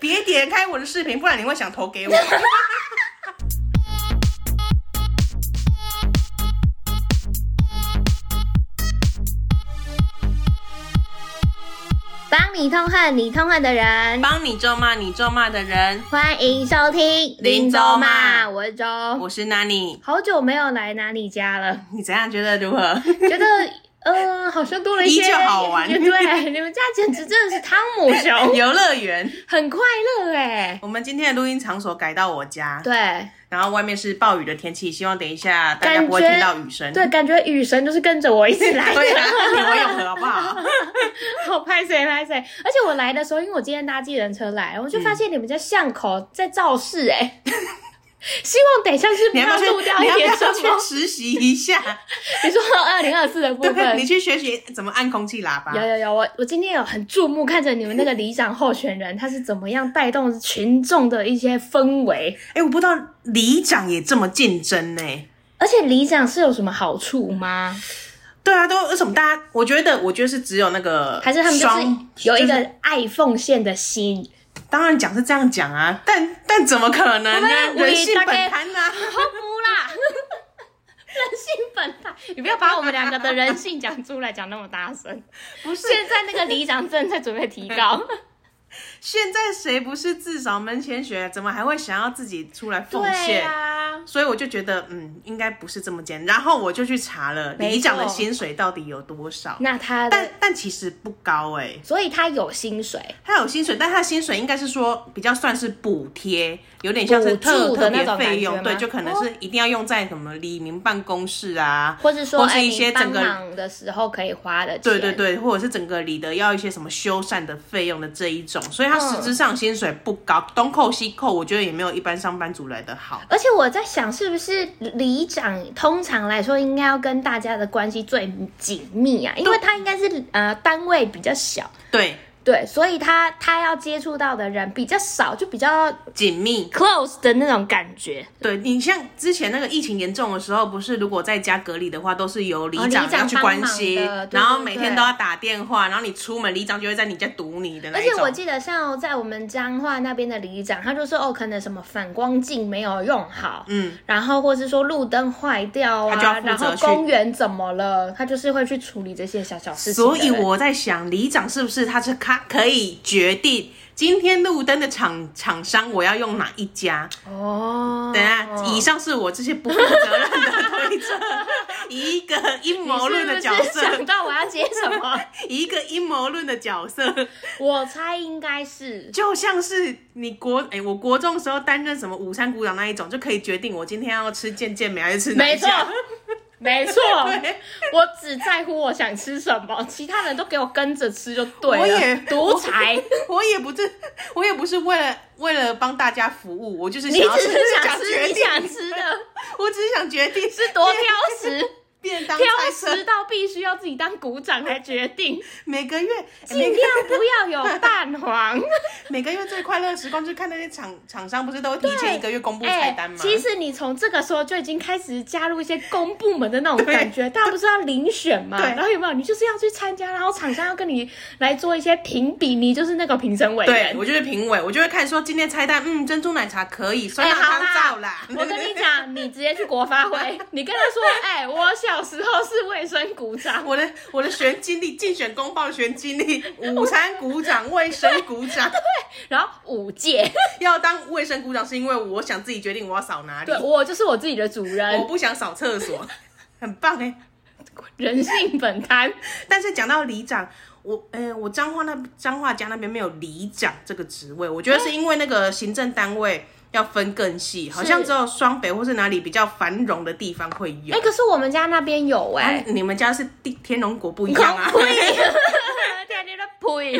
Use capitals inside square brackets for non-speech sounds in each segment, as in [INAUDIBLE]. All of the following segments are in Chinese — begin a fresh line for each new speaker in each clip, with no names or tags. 别点开我的视频，不然你会想投给我。
帮你痛恨你痛恨的人，
[LAUGHS] 帮你咒骂你咒骂的人，
欢迎收听
林州骂
我是周。
我是 Nani。
好久没有来哪里家了，
你怎样觉得如何？
觉得 [LAUGHS] 嗯、呃好像多了一些，
依旧好玩
对，你们家简直真的是汤姆
[LAUGHS]
熊，
游乐园。
很快乐哎。
我们今天的录音场所改到我家，
对
然后外面是暴雨的天气，希望等一下大家不会
感觉
听到雨声。
对，感觉雨神就是跟着我一起
[LAUGHS]
来的。
对啊，你我有和好不 [LAUGHS] 好？
好拍谁拍谁，而且我来的时候，因为我今天搭计程车来，我就发现你们家巷口在造势哎、
[LAUGHS]
希望等一下是不
你要不要去
录掉？
你
一
要不
点
要
什
去
么？
实习一下？
你说二零二四的部
对，
分
你，去学习怎么按空气喇叭
有。有有，我我今天有很注目看着你们那个里长候选人，他是怎么样带动群众的一些氛围，
哎、我不知道里长也这么竞争呢、
而且里长是有什么好处吗？
对啊，都为什么大家？我觉得，我觉得是只有那个
还是他们
双
就是有
就
一
是
个爱奉献的心？
当然讲是这样讲啊，但但怎么可能呢？
我们
人性
大
本
概
贪啊！
好不啦， [LAUGHS] 人性本善，你不要把我们两个的人性讲出来，讲那么大声。
不是，
现在那个里长正在准备提高，
[LAUGHS] 现在谁不是自扫门前雪？啊怎么还会想要自己出来奉
对
献？
呀、啊，
所以我就觉得，嗯，应该不是这么简单。然后我就去查了
没错
里长的薪水到底有多少，
那他
但
的，
但其实不高哎、
所以他有薪水，
他有薪水，但他的薪水应该是说比较算是补贴，有点像是
补
特
助
特
的那
别
种感觉吗哦
费用，对，就可能是一定要用在什么黎明办公室啊，
或是说
或是
哎，
一些
你帮
整个
忙的时候可以花的钱，
对对对，或者是整个里的要一些什么修缮的费用的这一种，所以他
嗯
实质上薪水不高，东扣西扣，我觉得也没有一般上班族来的好。
而且我在想，是不是里长通常来说应该要跟大家的关系最紧密啊？因为他应该是呃单位比较小，
对，
对，所以他他要接触到的人比较少，就比较
紧密。
close 的那种感觉。
对你像之前那个疫情严重的时候，不是如果在家隔离的话，都是由里
哦里
长
长
要去关
帮忙
心，
的对
然后
对
每
对
天都要打电话，然后你出门，里长就会在你家堵你的那
而
一
且
种。
我记得，像在我们彰化那边的里长，他就说哦，可能什么反光镜没有用好，
嗯，
然后或是说路灯坏掉
他就要负
啊，
责
然后
去
公园怎么了，他就是会去处理这些小小事情的
所
人。
以我在想，里长是不是他是他可以决定今天路灯的厂厂商我要用哪一家？
哦，
等一下，以上是我这些不负责任的推测，以一个阴谋论的角
[LAUGHS] 你是不是
色
想，到我要接什么？
以一个阴谋论的角色，
[LAUGHS] 我猜应该是 [LAUGHS]
就像是你国哎、我国中的时候担任什么午餐股长那一种，就可以决定我今天要吃健健美还是吃哪
没
一
错
家。。
没 [LAUGHS] 错，
[LAUGHS] 对
我只在乎我想吃什么，其他人都给我跟着吃就对了。
我也
独裁，
我也不是，我也不是为了为了帮大家服务，我就是
你
想要
只是想
决
吃你
定，
想吃的，
我只是想决定是
多挑食，
便当菜
挑
色
食到必须要自己当股长来决定，
每个月
尽
每个
量不要有蛋黄。
每个月最快乐的时光，就是看那些厂厂商不是都会提前一个月公布菜单吗？
哎其实你从这个时候就已经开始加入一些公部门的那种感觉，大家不是要遴选嘛？
对
然后有没有你就是要去参加，然后厂商要跟你来做一些评比，你就是那个评审委
对
员。
我就是评委，我就会看说今天菜单，嗯，珍珠奶茶可以，酸
哎
辣
好
汤
啦
照啦。
我跟你讲，你直接去国发会，你跟他说，哎、我小时候是卫生股长，
[LAUGHS] 我的我的选经历，竞选公报的选经历，午餐鼓掌，卫生鼓掌。
然后五届，
要当卫生鼓掌是因为我想自己决定我要扫哪里
对，我就是我自己的主
我
人，
不想扫厕所， [LAUGHS] 很棒哎、
人性本贪。
但是讲到里长，我呃，我彰化那彰化家那边没有里长这个职位，我觉得是因为那个行政单位要分更细，好像只有双北或是哪里比较繁荣的地方会有
哎、。可是我们家那边有哎、
啊你们家是地天龙国不一
你
样啊？
[LAUGHS] 天天的呸！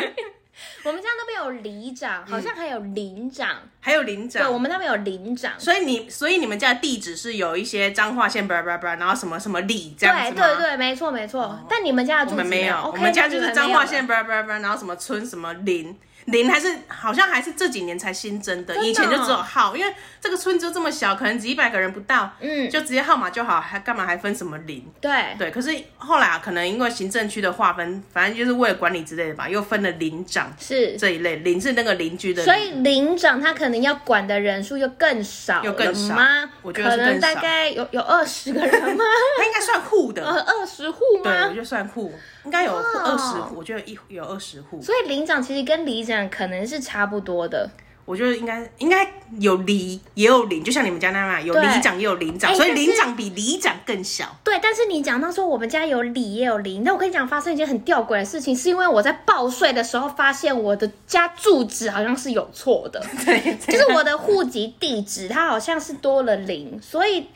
我们家那边有里长，好像还有邻长。
[LAUGHS] 还有林
对，我
嗯长。
们那边有邻长。
所以你，所以你们家的地址是有一些彰化县，叭叭叭，然后什么什么里这样
对
子吗？哦
对对，没错没错。但你们家
我
的住址
们没有，
啊 OK，
我们家
那
就是
没
彰化
有了
县，叭叭叭，然后什么村什么林，零还是好像还是这几年才新增的，
真的哦
以前就只有号，因为这个村就这么小，可能几百个人不到，
嗯，
就直接号码就好，还干嘛还分什么零？
对，
对，可是后来啊，可能因为行政区的划分，反正就是为了管理之类的吧，又分了邻长
是，
这一类，邻是那个邻居的邻，
所以领长他可能要管的人数又更少
又
了
更少
吗？
我觉得是
可能
更
大
少
概有有二十个人吗？ [LAUGHS]
他应该算户的，
呃，二十户
对，我
吗？
觉得算户，应该有
哦
二十户，我觉得一有二十户，
所以领长其实跟里长可能是差不多的，
我觉得应该应该有里也有邻，就像你们家那样，啊有
对
里长也有邻长，
哎
所以
但是
邻长比里长更
[LAUGHS]
小。
对，但是你讲到说我们家有里也有邻，那我跟你讲，发生一件很吊诡的事情，是因为我在报税的时候发现我的家住址好像是有错的，
[LAUGHS] 对，啊
就是我的户籍地址它好像是多了零，所以，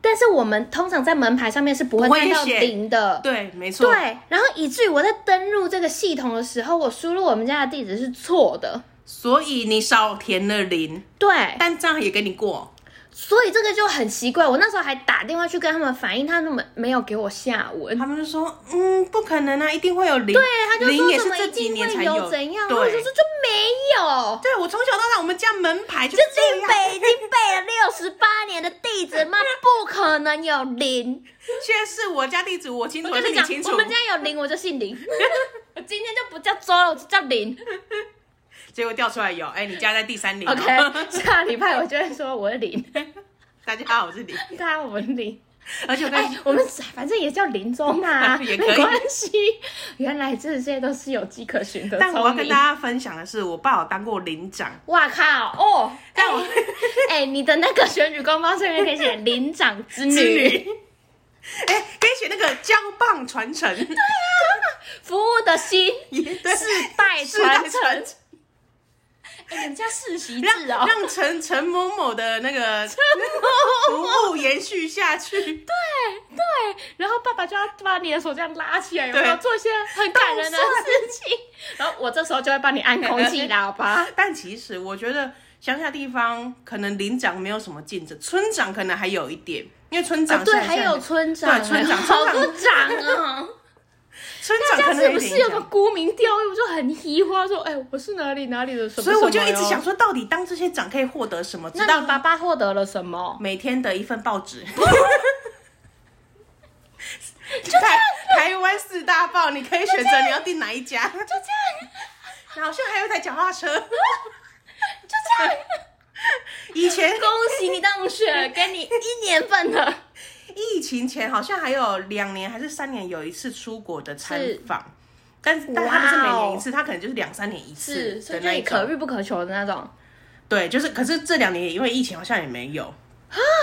但是我们通常在门牌上面是不会
不会
看到
写
零的。
对，没错，
对，然后以至于我在登录这个系统的时候，我输入我们家的地址是错的。
所以你少填了零，
对，
但这样也给你过。
所以这个就很奇怪。我那时候还打电话去跟他们反映，他们没有给我下文。
他们就说，嗯，不可能啊，一定会有零。对，
他就
零
说
也
什
是
么
这
一
几
定
年才
会
有
怎样，然后我就
对
说，就没有。
对我从小到大，我们家门牌就
这
是这
定
样。
北已经背了六十八年的地址，
[LAUGHS]
妈不可能有零。
现在是我家地址，我清楚，
我跟
是
你
你
讲
清，楚
我。们家有零，我就姓
[LAUGHS]
林。我今天就不叫周了，我就叫林。
结果调出来有，哎，你家在第三零 [LAUGHS] 哦。
OK，下礼拜我就会说我是林，
大家好，我是林，
大家好我是林。
而且我跟
哎
你，，
我们反正也叫林中啊
[LAUGHS] 也可以
没关系。原来这些都是有迹可循的
但我要
聪
跟
明
大。家分享的是，我爸有当过领长，
哇靠哦！
但 [LAUGHS] 我
[LAUGHS] 哎、你的那个选举公报上面可以写“林长之女”，
之女，哎、可以写那个交棒传
[LAUGHS]
承，
服务的心，
对
世代
世代
传承。哦
传承，
[LAUGHS] 哎、人家世袭制
让
哦，
让陈陈某某的那个服务延续下
[LAUGHS]
去。
[LAUGHS] 对，然后爸爸就要把你的手这样拉起来，有没有
对
做一些很感人的事情？然后我这时候就会帮你按空气喇叭。
啊但其实我觉得乡下地方可能领长没有什么竞争，村长可能还有一点，因为村长、
啊，对，还有村长，
对村长
好多长啊！
村
大
长
家
可能
是
有
不
一点
是
影
有
响
个沽名钓誉？我就很疑惑，说，哎、我是哪里哪里的什么？
所以我就一直
什么
想
哟，
说，到底当这些长可以获得什么？直
那
到
你爸爸获得了什么？
每天的一份报 [LAUGHS] 纸。台台湾四大报，你可以选择你要订哪一家。
就这样，
[LAUGHS] 好像还有一台脚踏车，
就这样。
以 [LAUGHS] 前
恭喜你当选，给你一年份的。
疫情前好像还有两年还是三年有一次出国的参访，但是但他不是每年一次，他可能就是两三年一次
[LAUGHS] 是，所
的
以就
那
你
一
可
种。
遇不可求的那种啊，
对，就是可是这两年也因为疫情好像也没有。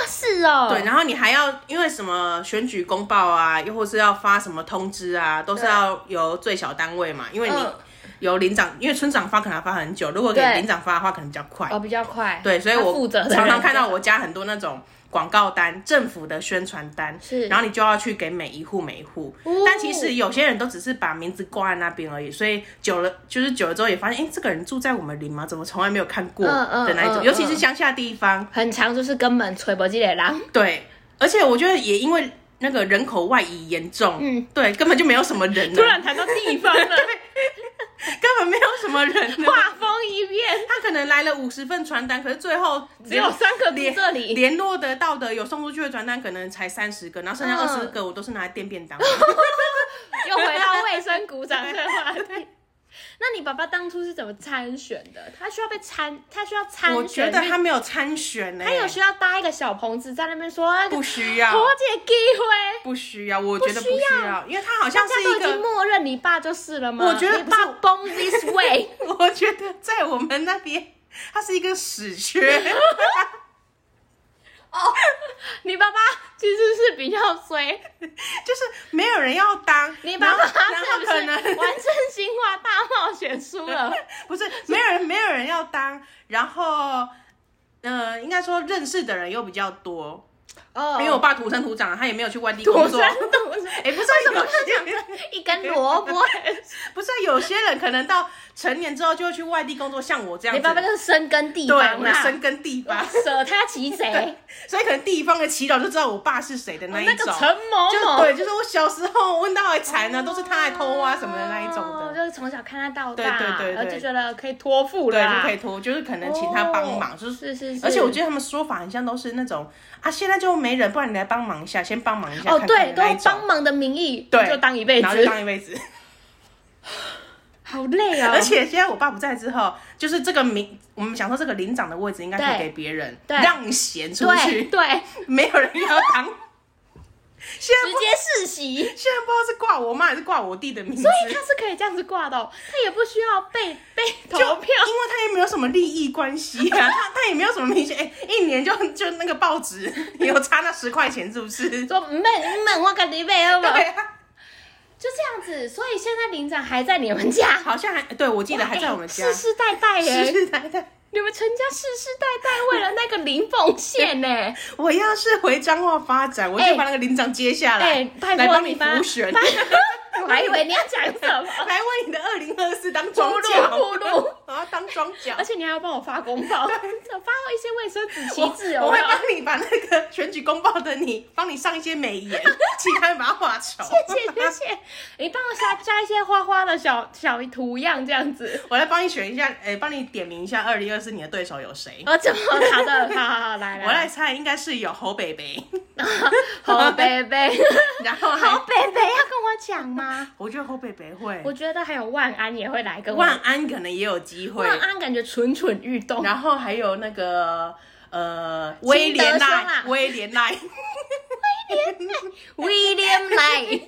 是哦，
对，，然后你还要因为什么选举公报啊，又或是要发什么通知啊，都是
对
要由最小单位嘛，因为你
嗯
由领长，因为村长发可能要发很久，如果给
对
领长发的话，可能比较快。
哦比较快，
对，所以
他
我
负责的
常常
人
看到我家很多那种广告单、政府的宣传单，
是
然后你就要去给每一户每一户。
哦
但其实有些人都只是把名字挂在那边而已，所以久了就是久了之后也发现，哎、这个人住在我们邻吗？怎么从来没有看过
嗯嗯
的那一种？
嗯
尤其是
嗯
乡下地方，
很长，就是根本吹不进来啦。
对，而且我觉得也因为那个人口外移严重，
嗯，
对，根本就没有什么人了，
谈到地方
[LAUGHS]
了，
根本没有什么人了。
画风一变，
他可能来了五十份传单，可是最后
三个
连
这里，
联络得到的有送出去的传单可能才三十个，然后剩下
嗯
二十个我都是拿来垫便当。
[LAUGHS] 又回到卫生鼓掌这个话题。 [LAUGHS] 那你爸爸当初是怎么参选的？他需要被参，他需要参选，
我觉得他没有参选呢、
他有需要搭一个小棚子在那边说，
不需
[LAUGHS]
要？
婆姐机会，
不需要，我觉得不
不需
需要，因为他好像
大家
是
都
一
已经
个，
默认你爸就是了吗？
我觉得
你
不是
爸 born this way。 [LAUGHS]
[LAUGHS] 我觉得在我们那边他是一个死
[LAUGHS]
缺，
哦你爸爸其实是比较衰，
就是没有人要当。
你爸爸
然后然
是
后
不
可
是 [LAUGHS]
能
玩真心话大冒险输
[LAUGHS]
了？
不是没有人没有人要当，然后呃，应该说认识的人又比较多，
哦，
因为我爸土生土长，啊他也没有去外地
土
工
生
作。
土长，
哎、不是
为什
什
么
么，
要讲一根萝卜？
不是啊有些人可能到成年之后就会去外地工作，像我这样
你
子，
爸爸就是深耕地
对，
方啊，哦
我的深耕地方，
舍他其谁？
[LAUGHS] 所以可能地方的祈祷就知道我爸是谁的那一
哦那个哦
种。
陈某
就
某，
对，就是我小时候问到还馋呢，都是他来偷挖什么的那一种
哦
的。
就是从小看他到大，
对对对对
然后就觉得可以托付了
对，
啦，哦
就可以偷，就是可能请他帮忙，就是。
是是是，
而且我觉得他们说法很像都是那种啊，现在就没人，不然你来帮忙一下，先帮忙一下，
哦
看
对，
看
都
的那一
用
种
帮忙的名义，
对
就当一辈
然后就
子，
当一辈子。
好累哦。
而且现在我爸不在之后，就是这个名，我们想说这个领长的位置应该可以给别人，
对对
让贤出
对
去，
对，
没有人要当。现在
直
不，
接世袭。
现在不知道是挂我妈还是挂我弟的名字，
所以他是可以这样子挂的哦、他也不需要被被投
就因
票，
为他也没有什么利益关系啊，他他也没有什么明显，哎、一年就就那个报纸 [LAUGHS] 有差那十块钱是不是？ [LAUGHS]
说唔免唔免我跟你买好不好？
对啊，
就这样子，所以现在领长还在你们家，哎
好像还对我记得还在我们家
世，世代代耶、
世代代。
你们全家世世代代为了那个林
[LAUGHS]
凤县呢，
我要是回彰化发展，我
哎
就把那个领长接下来，
哎、拜
来
托
帮你
吧，
辅选。
拜 [LAUGHS] 我还以为你要讲什么，
[LAUGHS] 来为你的二零二四当庄脚，
铺路铺路
[LAUGHS] 我要当庄脚
而。且你还要帮我发公
[LAUGHS]
报，发一些卫生纸 [LAUGHS] 旗帜
我
哦
会。帮你把那个选举公报的你， [LAUGHS] 帮你上一些美颜， [LAUGHS] 其他人把它画丑。
谢谢谢谢，你帮我加加一些花花的小小图样这样子。
我来帮你选一下，哎、帮你点名一下，二零二四你的对手有谁？
哦，怎么好的？好好好，来来，
我来猜，应该是有侯北北， [LAUGHS]
好贝贝，
然后
好
还
贝贝要跟我讲吗？
我觉得侯北北会
我，觉得还有万安也会来跟我。
万安可能也有机会，
万安感觉蠢蠢欲动，
然后还有那个呃威廉
辛德兄
赖，
啊
威廉赖，
William 来，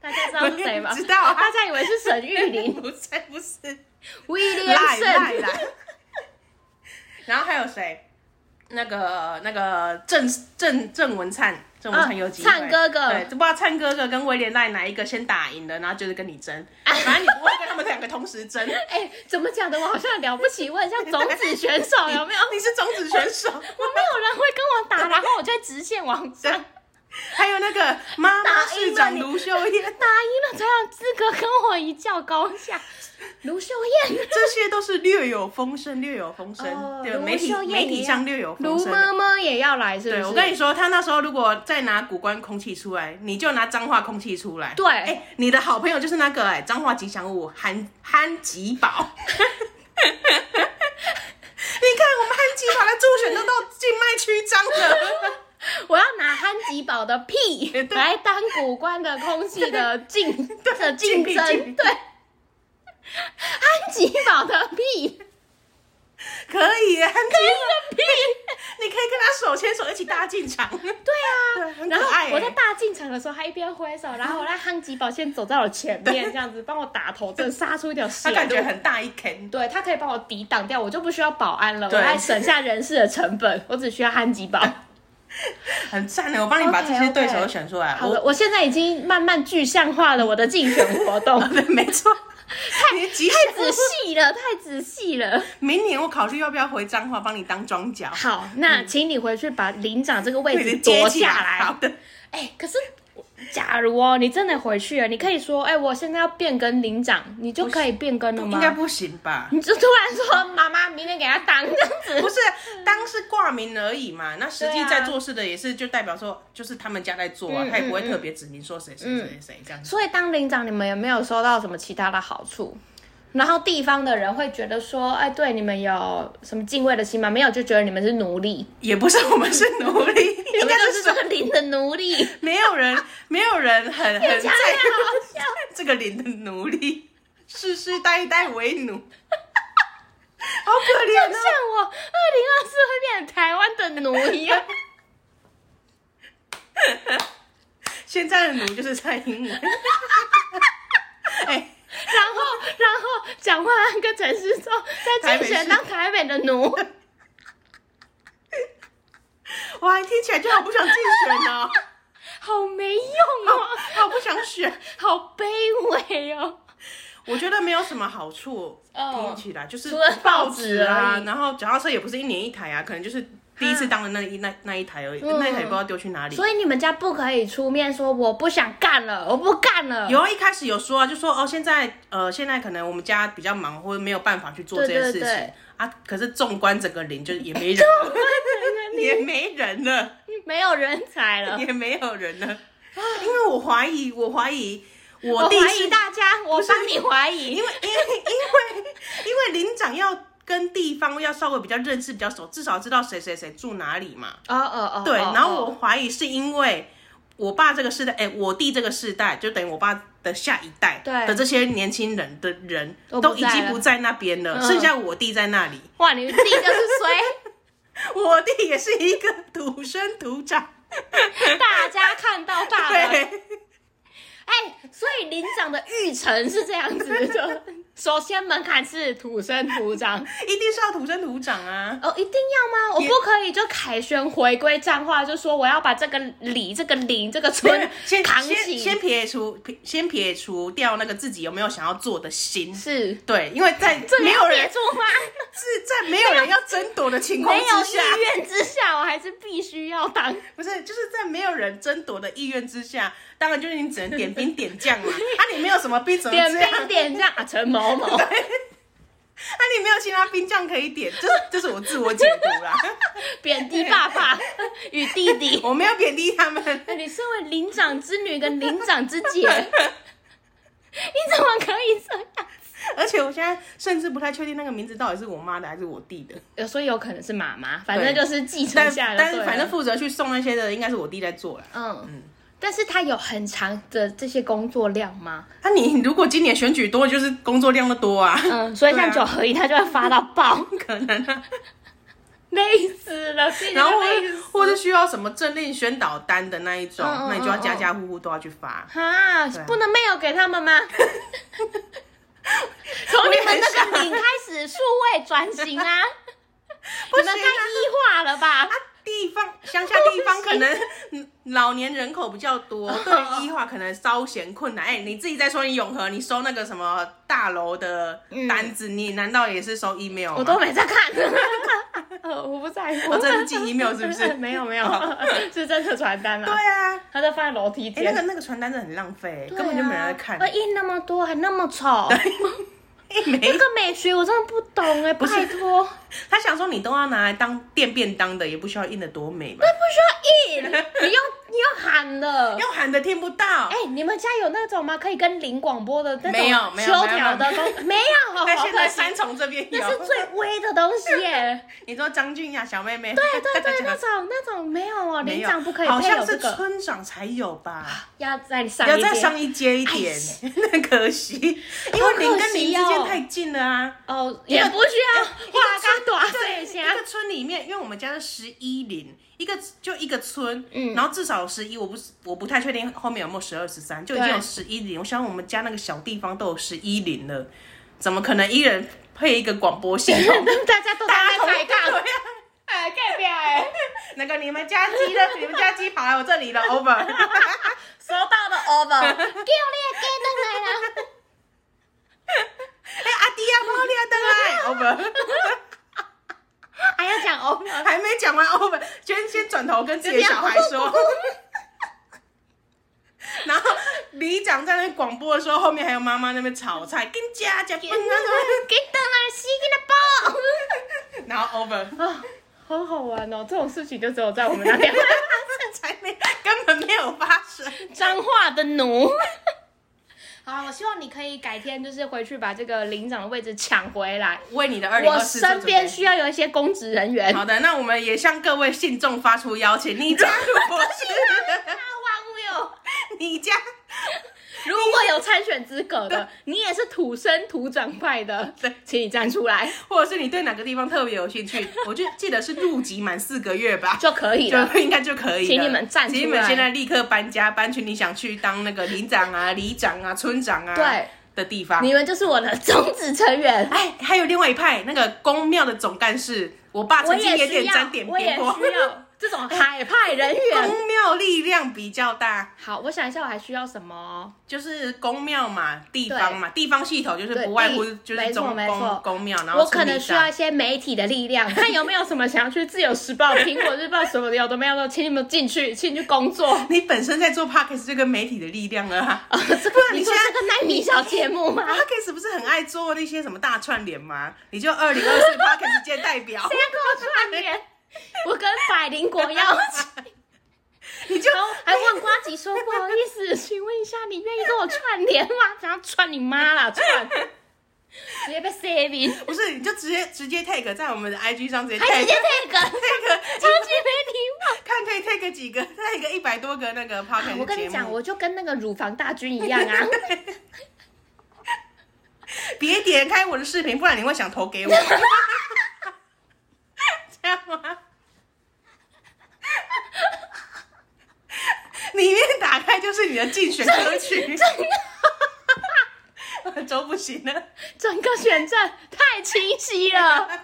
大家知道是谁吗？
我也不知道啊
大家以为是沈玉
[LAUGHS]
琳
不是不是。
，William
赖赖
沈，
啦。 [LAUGHS] 然后还有谁？那个那个郑郑郑文灿，郑文灿有几、
啊灿哥哥
对，就不知道灿哥哥跟威廉赖哪一个先打赢的，然后就是跟你
[LAUGHS]
争，反正你不会跟他们两个同时争。
哎、怎么讲的？我好像了不起，我很像种子选手，哦有没有？
你是种子选手，
[LAUGHS] 我没有人会跟我打，然后我就会直线往上，
还有那个妈妈
打赢了
市长
你
卢秀燕，
打赢了才有资格跟我一较高 [LAUGHS] 下。卢秀燕，
这些都是略有风声，略有风声，
哦
对
卢
媒体
秀燕
媒
也
体
要
上略有风
卢
声的。
妈妈也要来，是不是？
对，我跟你说，他那时候如果再拿古关空气出来，你就拿彰化空气出来。
对
哎、你的好朋友就是那个哎、彰化吉祥物憨憨吉宝。 [LAUGHS] 你看，我们憨吉宝的助选都到静脉曲张
[LAUGHS]
了。
我要拿憨吉宝的屁
哎对
来当古关的空气的
[LAUGHS]
竞的竞
竞品竞
争，
品
对，憨吉宝的屁，
可以，憨吉宝，
屁，
你可以跟他手牵手一起搭进场。
对
对，
啊。
很可
然后
爱、
我在大进场的时候，他一边挥手，然后我让憨吉宝先走在我前面，这样子帮我打头阵，杀出一条血
他
路。
感觉很大一坑。
对他可以帮我抵挡掉，我就不需要保安了，我
对哎
还省下人事的成本，我只需要憨吉宝。
很赞的，我帮你把这
OK，OK
些对手都选出来。
好了，我现在已经慢慢具象化了我的竞选活
[LAUGHS]
动，
我，对，没错。太
太仔细了，太仔细了。
明年我考虑要不要回彰化帮你当庄脚，
好，那请你回去把领长这个位
为了
置
接嗯
夺
起来
下来。
好的。
哎、可是假如哦，你真的回去了，你可以说，哎、我现在要变更领长，你就可以变更了吗？
应该，不行吧？
你就突然说妈妈明天给他当这样子。
不是，当是挂名而已嘛。那实
对
际
啊
在做事的也是，就代表说，就是他们家在做啊，
嗯
他也不会
嗯
特别指明说谁谁谁谁谁这样子。
所以当领长，你们也没有收到什么其他的好处。然后地方的人会觉得说，哎，对你们有什么敬畏的心吗？没有，就觉得你们是奴隶，
也不是我们是奴
[LAUGHS]
隶，
你
应
们
该
嗯就是是
说
这个林的奴隶。
没有人，没有人很很在
讲得好笑
乎这个领的奴隶，世世代代为奴，
[LAUGHS]
好可
就像
怜啊！
我二零二四会变成台湾的奴一样。
现在的奴就是蔡英文。 [LAUGHS] 哎，
然后，然后蒋万安跟陈世忠在竞选当台北的奴，
我还听起来就好不想竞选哦，
好没用哦，
好不想选。
好卑微哦。
我觉得没有什么好处，
哦
听起来就是
除了报
报
纸
啊
而已，
然后脚踏车也不是一年一台啊，可能就是第一次当的那一那那一台而已，
嗯
那一台也不知道丢去哪里。
所以你们家不可以出面说我不想干了，我不干了。 [LAUGHS]
有啊，一开始有说啊，就说哦，现在呃，现在可能我们家比较忙，或者没有办法去做这
对
件
对
事情
对
啊。可是纵观整个林，就是也没
[LAUGHS]
人，也没人了，
没有人才了。
也没有人
[LAUGHS]
了。因为我怀疑，我怀疑我
我
弟
哦怀
是
疑大家，我帮你怀疑，
因为因为因为因为林长要跟地方要稍微比较认识比较熟，至少知道谁谁谁住哪里嘛。
[LAUGHS] 哦哦哦，
对，
哦
然后我
哦
怀疑是因为我爸这个世代，哎、我弟这个世代，就等于我爸的下一代
对
的这些年轻人的人
都不
都已
在
经
了
不在那边了，
嗯
剩下我弟在那里，
哇，你弟 [LAUGHS] 就是
我弟也是一个土生土长，
谁，大家看到大的，
对。
哎，所以林长的育成是这样子 [LAUGHS] 的，首先门槛是土生土长，
一定是要土生土长啊！
[LAUGHS] 哦，一定要吗？我不可以就凯旋回归彰化，就说我要把这个里、这个林、这个村
先
扛
先
起，
先撇除先撇除掉那个自己有没有想要做的心，
是
对，因为在
这个
没
要
有
憋
人
住吗？
是在没有人要争夺的情况
[LAUGHS] 没
之
有
下，
意愿之哦下，我还是必须要当。
不是，就是在没有人争夺的意愿之下，当然就是你只能点兵点将嘛。啊，你没有什么兵，怎么
点
这样？
兵点将啊，陈某某，
啊，你没有其他兵将可以点，这这是我自我解读啦， [LAUGHS]
贬低爸爸与弟弟。
我没有贬低他们。 [LAUGHS]
你身为灵长之女跟灵长之姐，你怎么可以这样？
而且我现在甚至不太确定那个名字到底是我妈的还是我弟的，
有所以有可能是妈妈，反正就是继承
但
下来
但是
对啊
反正
了
负责去送那些的应该是我弟在做啦。
嗯嗯，但是他有很长的这些工作量吗？
啊，你如果今年选举多，就是工作量的多啊，
嗯，所以像
对啊
九合一，他就会发到爆，
[LAUGHS] 可能啊。
累死了，弟
[LAUGHS]
弟
然后或
累
者
死
或者需要什么政令宣导单的那一种，
嗯嗯
那你就要
嗯
家
嗯
家户户都要去发。
哈，
啊
不能没有给他
[LAUGHS]
们吗？从你们那个领开始，数位转型啊！
[LAUGHS] 不
你
行
们
啊
该异化了吧？
地方乡下地方可能嗯老年人口比较多，
[LAUGHS]
对医化可能稍显困难。哎、你自己在说你永和，你收那个什么大楼的单子，你难道也是收 email 吗？
我都没在看， [LAUGHS] 呃我不在
[LAUGHS]
乎。
哦真的寄 email 是不是
[LAUGHS] 没有没有
哦，
是真的传单
对
啦。
啊，
他在放在楼梯
哎、
间
那，个那个传单真的很浪费、
对啊
根本就没人在看。
而印那么多，还那么丑。
[LAUGHS] 哎
那
没，
个美学我真的不懂哎，拜托，
他想说你都要拿来当垫便当的，也不需要印的多美吧？
不需要印，你用你 [LAUGHS] 用喊的。
要喊的听不到
哎、，你们家有那种吗？可以跟零广播的那种
没有没有
修条的东，没有，好
在现在
可惜，
三重这边
那是
有。
最微的东
[LAUGHS]
西耶。
你说张俊雅小妹妹，
对对
大
对，
[LAUGHS] 家
那种那种没有哦，
没
连
有
长不可以
好
配有
像
这
是
个，
村长才有吧？
[LAUGHS] 要再上
要
一
再
点。
上一阶一点
哎是，
[LAUGHS] 那可惜，因为零跟零之间太近了啊。
哦，
一
也
个
不需要画个短
对，
水
一
下
个村里面，因为我们家是十一零，一个就一个村，
嗯
然后至少有十一，我不是我不太确定后面有没有十二、十三，就已经
对
有十一零。我想我们家那个小地方都有十一零了，怎么可能一人配一个广播系
[LAUGHS]
统？
大家都在
大家
那
同
抬杠，
对啊
哎，盖表哎，
[LAUGHS] 那个你们家鸡的，你们家鸡跑来我这里了，over。
收到了 over，给我列给灯来了，
哎，阿迪啊，猫 [LAUGHS] 你啊，等来
[LAUGHS] 还要讲 over，
，over。还没讲完 over，先先转头跟自己的小孩说。 [LAUGHS] 然后里长在那边广播的时候，后面还有妈妈那边炒菜，跟家家
给
崩啊
灯来，给灯来，吸
什
给它爆。
么， [LAUGHS] 然后 over
[LAUGHS] 啊，好好玩哦！这种事情就只有在我们那边
[LAUGHS] 才没根本没有发生。
[LAUGHS] 脏话的奴。 [LAUGHS] 好，我希望你可以改天就是回去把这个领长的位置抢回来。
为你的二零
我
二四
身边需要有一些公职人员。
好的，那我们也向各位信众发出邀请，你家如 [LAUGHS] 果
大
是
万物哟！
你家，
如果有参选资格的，你也是土生土长派的，
[LAUGHS] 对
请你站出来
或者是你对哪个地方特别有兴
[LAUGHS]
趣，我就记得是入籍满四个月吧。
就可以了。
就应该就可以了。
请你们站出来
请你们现在立刻搬家，搬去你想去当那个里长啊、里长啊、村长啊
对
的地方。
你们就是我的宗旨成员。
哎，还有另外一派那个公庙的总干事，我爸
我
曾经
也
也
需
点
要
沾点
我也
边过。哎
需要，这种海派
[LAUGHS]
人员。
宫庙力量比较大，
好，我想一下，我还需要什么？
就是宫庙嘛，地方嘛，地方系统就是
对
不外乎
地
就是
没错
中
没
宫
错
宫庙，然后
我可
村
能
里
需
长
要一些媒体的力量， [LAUGHS] 看有没有什么想要去《自由时报》《苹果日报》什么的，有的没有的，请你们进去，请你去工作。 [LAUGHS]
你本身在做 podcast 就跟媒体的力量了、啊。
啊，这个
不然你
你说
现在
这个奈米小节目
[LAUGHS]
吗？
啊 podcast 不是很爱做那些什么大串联吗？你就二零二四 podcast 界代
[LAUGHS]
表
谁，要跟我
[LAUGHS]
串联？我跟百灵果邀请，
你就
然后还问瓜吉说：“不好意思， [LAUGHS] 请问一下，你愿意跟我串联吗？”想要串你妈啦，串！直接被 saving，
不是你就直接直接 take 在我们的 IG 上直接
还直接
take
这个，
take
[LAUGHS] 超级没礼貌。
看可以 take 几个，take 一百多个那个 podcast 节目。
啊我跟你讲，我就跟那个乳房大军一样啊， [LAUGHS]
别点开我的视频，不然你会想投给我。 [LAUGHS] 这样吗？里面打开就是你的竞选歌曲， [LAUGHS] 周不行了。
整个选战太清晰 [LAUGHS] 了，太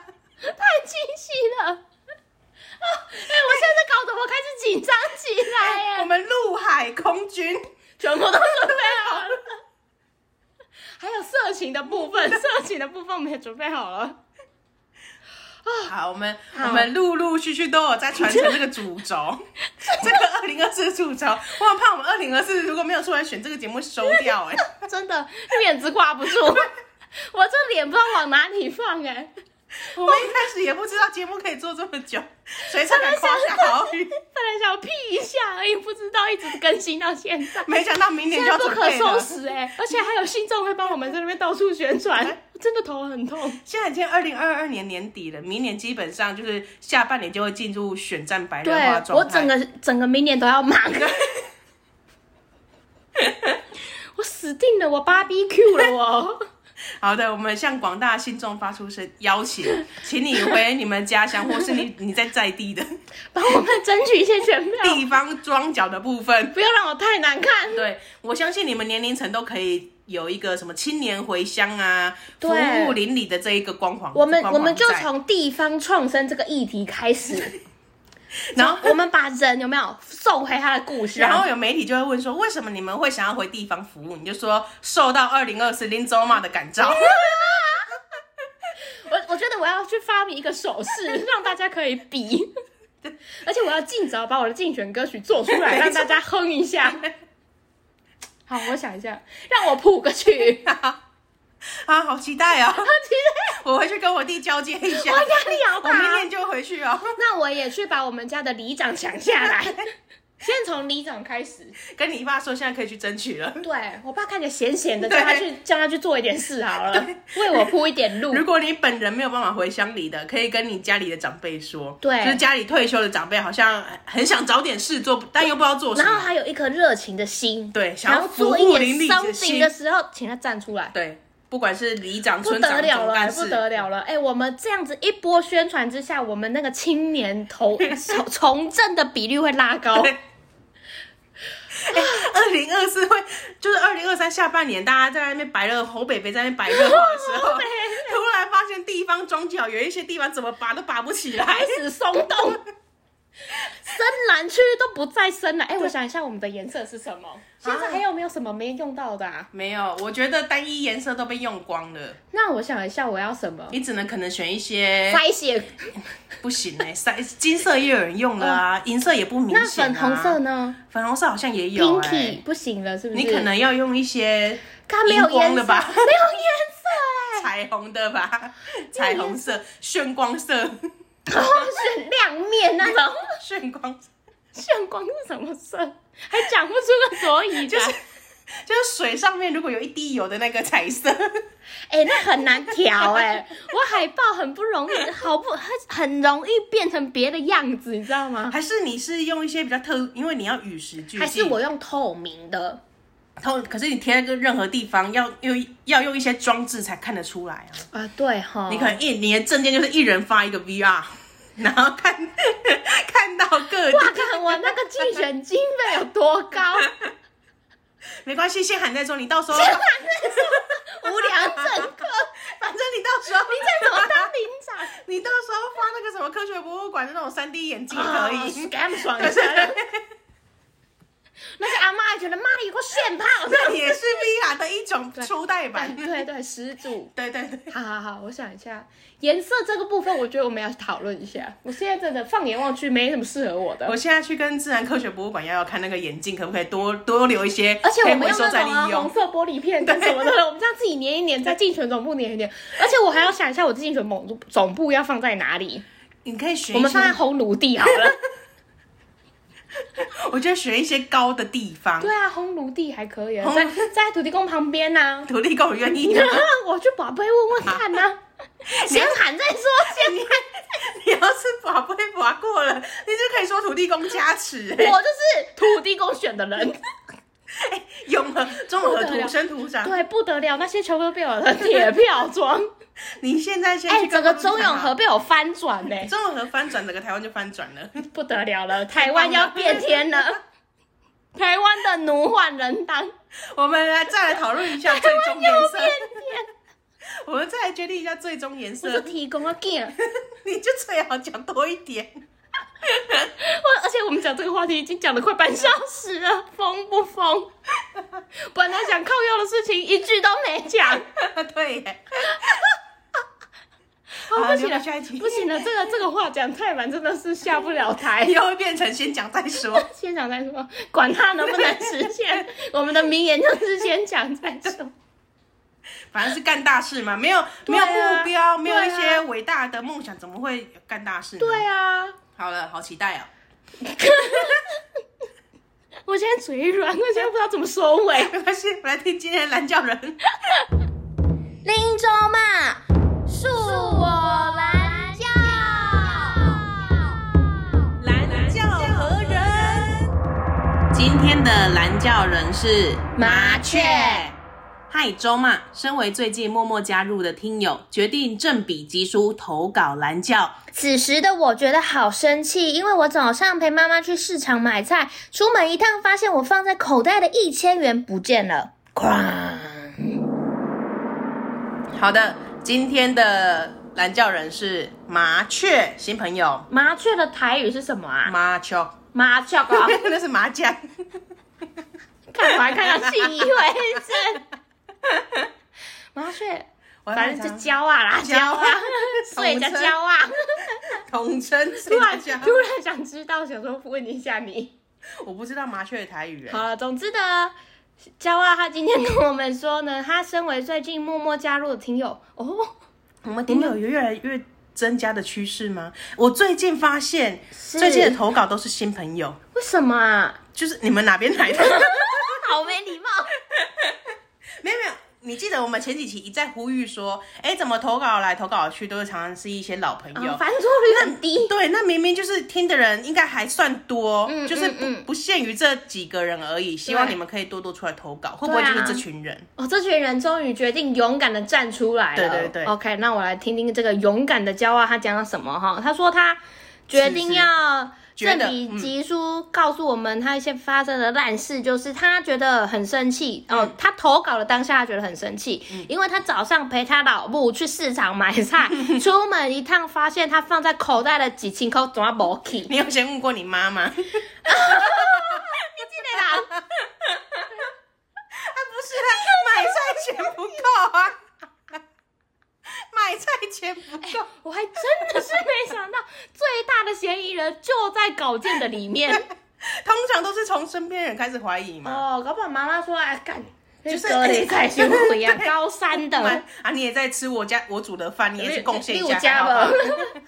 清晰了。啊！哎、我现在搞得我开始紧张起来耶。
我们陆海空军，
全部都准备好了。 [LAUGHS] 还有色情的部分，色情的部分我们也准备好了。
[LAUGHS] 好，我们
好
我们陆陆续续都有在传承这个主
[LAUGHS]
轴，这个二零二四主轴。我很怕我们二零二四如果没有出来选这个节目收掉、
[LAUGHS]
哎，
真的面子挂不住， [LAUGHS] 我这脸不知道往哪里放哎、
我们一开始也不知道节目可以做这么久，谁才敢夸下
[LAUGHS]
好语？
本来想 P 一下而已，不知道一直更新到现在，
没想到明年就
现
要
在不
准
可
备
收
了。
拾哎、而且还有信众会帮我们在那边到处宣传，真的头很痛。
现在已经二零二二年年底了，明年基本上就是下半年就会进入选战白热化状态。
我
[LAUGHS]
整个整个明年都要忙。 [LAUGHS] 我死定了，我 BBQ 了我。 [LAUGHS]
好的，我们向广大信众发出声邀请， [LAUGHS] 请你回你们家乡，或是你 [LAUGHS] 你在在地的
帮我们争取一些选 [LAUGHS] 票，
地方庄脚的部分。
不要让我太难看。
对，我相信你们年龄层都可以有一个什么青年回乡啊，服
对
务邻里的这一个光环。
我们
光环
我们就
在
从地方创生这个议题开 [LAUGHS] 始，
然后
[LAUGHS] 我们把人有没有送回他的故事，
然后有媒体就会问说，为什么你们会想要回地方服务？你就说受到二零二四林州骂的感召。 [LAUGHS]
我我觉得我要去发明一个手
[LAUGHS]
势，让大家可以比，而且我要尽早把我的竞选歌曲做出来，
[LAUGHS] 没错
让大家哼一
[LAUGHS]
下。好，我想一下，让我谱个
[LAUGHS]
曲，
啊，好期待哦！
其实
我回去跟我弟交接一下
我，压力好
我明
大。啊
天就回去哦，
那我也去把我们家的里长抢下来，
[LAUGHS]
先从里长开始。
跟你爸说现在可以去争取了。
对我爸看起来闲闲的，
对
叫他去叫他去做一点事好了，为我铺一点路。
如果你本人没有办法回乡里的，可以跟你家里的长辈说，
对
就是家里退休的长辈好像很想找点事做，但又不知道做什
然后
么，
还有一颗热情的心，
对，想
然
要
后
服
做一
务邻
点
里的
something
心
的，时候，请他站出来，
对，不管是里长、
不
村长、
得了
总
了，
干
不
事，
得了了！哎，我们这样子一波宣传之下，我们那个青年投
[LAUGHS]
从从政的比率会拉高。
对。哎二零二四会就是二零二三下半年，大家在那边白热侯北北在那边白热化的时候，突然发现地方庄脚有一些地方怎么拔都拔不起来 [LAUGHS]
开。始松动，深蓝区都不再深了。哎，我想一下，我们的颜色是什么？现
啊
在还有没有什么没用到的啊？
没有，我觉得单一颜色都被用光了，
那我想一下，我要什么？
你只能可能选一些
摘写
不行哎、欸，金色也有人用了啊，银色也不明
哦那
显、啊。
粉红色，呢
粉红色好像也有哎、
？Pinky 不行了，是不是？
你可能要用一些
它没有
荧光
颜
的
色，
吧
没有颜色哎、
彩虹的
[LAUGHS]
吧，彩虹色、炫光色、 [LAUGHS]
然后是欸亮面啊那种，
炫光色。
炫光是什么色？还讲不出个所以就
就是就是水上面如果有一滴油的那个彩
[LAUGHS]
色，
哎、那很难调哎、 [LAUGHS] 我海报很不容易，好不很很容易变成别的样子，你知道吗？
还是你是用一些比较特，因为你要与时俱进。
还是我用透明的？
透，可是你贴在个任何地方要用要用一些装置才看得出来啊。
啊，对哈，
你可能一你的证件就是一人发一个 VR，然后看 [LAUGHS] 看到各
哇，
地
看我那个竞选经费有多 [LAUGHS] 高，
没关系，先喊再说。你到时候
[LAUGHS] 无良政客。
反正你到时候
再怎么当领长，
你到时候发那个什么科学博物馆的那种三 D 眼镜也可以。
哦给他们爽一下。
[LAUGHS]
那个阿妈还觉得妈的有个炫炮，
[LAUGHS] 那也是 VR 的一种初代版。
对对对，始祖。
对对对，
[LAUGHS] 好好好，我想一下颜色这个部分，我觉得我们要讨论一下。我现在真的放眼望去，没什么适合我的
我，现在去跟自然科学博物馆要要看那个眼镜，可不可以多多留一些，
而且
可
我
以
们
回
用
收
那
再
种、啊、
利
红
用。
色玻璃片跟什
[LAUGHS]
么的，我们这样自己粘一粘，在竞选总部粘一粘。而且我还要想一下，我竞选总部总部要放在哪里？
你可以学
我
一
们放在
些，
红炉地
[LAUGHS]
好了。
我觉得学一些高的地方。
对啊，烘炉地还可以啊，在在土地公旁边呐、
土地公愿意
你
吗
让 [LAUGHS] 我去宝贝问问看呐、
[LAUGHS]
先喊再说，先
你要是把不会划过了，你就可以说土地公加持、欸，
我就是土地公选的
[LAUGHS]
人，
永和综合
不得了
土生土长。
对，不得了，那些全部都被我的铁票装，
你现在先
哎、
去跟
整个
公司
中永
谈啊好
和，被我翻 [LAUGHS] 转呢、
中永和哎翻转，整个台湾就翻转了。 [LAUGHS]
不得了了， [LAUGHS] 台湾要变天了， [LAUGHS] 台湾的奴换人当，
我们来再来讨论一下最终颜
要
色
变， [LAUGHS] 天，
我们再来决定一下最终颜
我是
色。
提供了 g
[LAUGHS] 你就最好讲多一点。
[LAUGHS]
[LAUGHS]
我而且我们讲这个话题已经讲了快半小时了，疯不 [LAUGHS] 疯？本来想靠腰的事情一句都没 [LAUGHS] 讲，
对耶，
哦
好
不
留
行了
给下一集，
不行了，这个这个话讲太满真的是下不了台
以。后会变成先讲再说。
[LAUGHS] 先讲再说，管他能不能实现， [LAUGHS] 我们的名言就是先讲再说。
反正是干大事嘛，没有、
对
没有
啊
目标，没有
对啊
一些伟大的梦想，怎么会干大事呢？
对啊，
好了，好期待哦。
我现在嘴软，我现在不知道怎么收尾。
没关系，我来听今天的蓝教人。
林州嘛，恕我蓝教。
蓝教何人？今天的蓝教人是
麻雀
嗨，周嘛，身为最近默默加入的听友，决定正笔疾书投稿蓝教。
此时的我觉得好生气，因为我早上陪妈妈去市场买菜，出门一趟发现我放在口袋的一千元不见了，哐！
好的，今天的蓝教人是麻雀新朋友
麻雀的台语是什么
嗯
啊？
麻雀，
麻雀啊，
[LAUGHS] 那是麻将。
看我还看到信以为真。
[LAUGHS]
麻雀，
我还
反
没
正就
查
胶啊啦，
胶
胶
啊
啊，
[LAUGHS]
睡着胶啊。
统称
[LAUGHS] 突
突
然突然想知道，想说问一下你。
我不知道麻雀的台语、欸。
好了，总之呢，焦啊，他今天跟我们说呢，他身为最近默默加入的听友哦，
我们听友
嗯
有越来越增加的趋势吗？我最近发现，
是
最近的投稿都是新朋友，
为什么啊？
就是你们哪边来的？
好没礼貌，
没有没有。你记得我们前几期一再呼吁说，哎、怎么投稿来投稿去，都是常常是一些老朋友。
啊翻桌率很低，
对，那明明就是听的人应该还算多，
嗯
就是
嗯
不、
嗯
不限于这几个人而已。希望你们可以多多出来投稿，会不会就是这群人？ [LAUGHS]
哦，这群人终于决定勇敢的站出来了。
对对对
OK，那我来听听这个勇敢的焦啊，他讲了什么哈？他说他决定要。
是觉
这
得嗯
里集书告诉我们他一些发生的烂事，就是他觉得很生气
嗯
哦。他投稿的当下，他觉得很生气，因为他早上陪他老母去市场买
[LAUGHS]
菜，出门一趟发现他放在口袋的几千块怎么
[LAUGHS]
没去？
你有先问过你妈
啊
妈？
对啦，
啊，不是 [LAUGHS] 啦，买菜钱不够啊， [LAUGHS] 买菜钱不够。
我还真的是没想到，最大的嫌疑人就在稿件的里面。
通常都是从身边人开始怀疑嘛。
哦，搞不好妈妈说，哎，干，
就是
隔离才学不一样，高三
不然
的，
啊，你也在吃我家我煮的饭， [LAUGHS] 你也是贡献一
六
下。
家
好不好
吧。 [LAUGHS]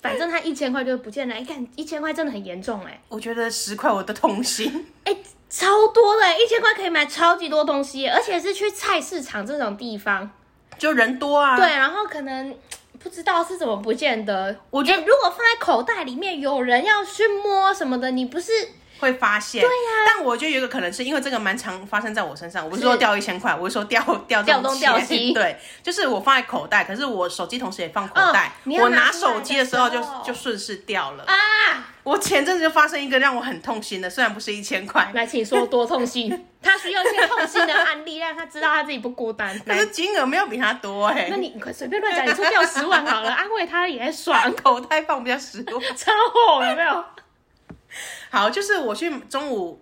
反正他一千块就不见了，哎，看一千块真的很严重哎，
[LAUGHS] 我觉得十块我都痛心。
哎，超多的，哎一千块可以买超级多东西，而且是去菜市场这种地方，
就人多啊，
对，，然后可能不知道是怎么不见得。
我觉
哎，
得
如果放在口袋里面，有人要去摸什么的，你不是
会发现。对呀、但我觉得有一个可能是因为这个蛮常发生在我身上。我不是说
是
掉一千块，我是说掉掉
掉东掉
西。[LAUGHS]
西
对，就是我放在口袋，可是我手机同时也放口
嗯
袋。
你要
我
拿
拿
出来
手
的
机的时
时
候就
候
就顺势掉了。 [LAUGHS]
啊，
我前阵子就发生一个让我很痛心的，虽然不是一千块，
来，请说多痛心，他需要一些痛心的案例，让他知道他自己不
[LAUGHS]
孤单。
但
来
是，金额没有比他多哎、
那你你快随便乱讲，你出掉十万好了，安慰他也爽， [LAUGHS]
口袋放不下十万。
超火有没有？
好，就是我去中午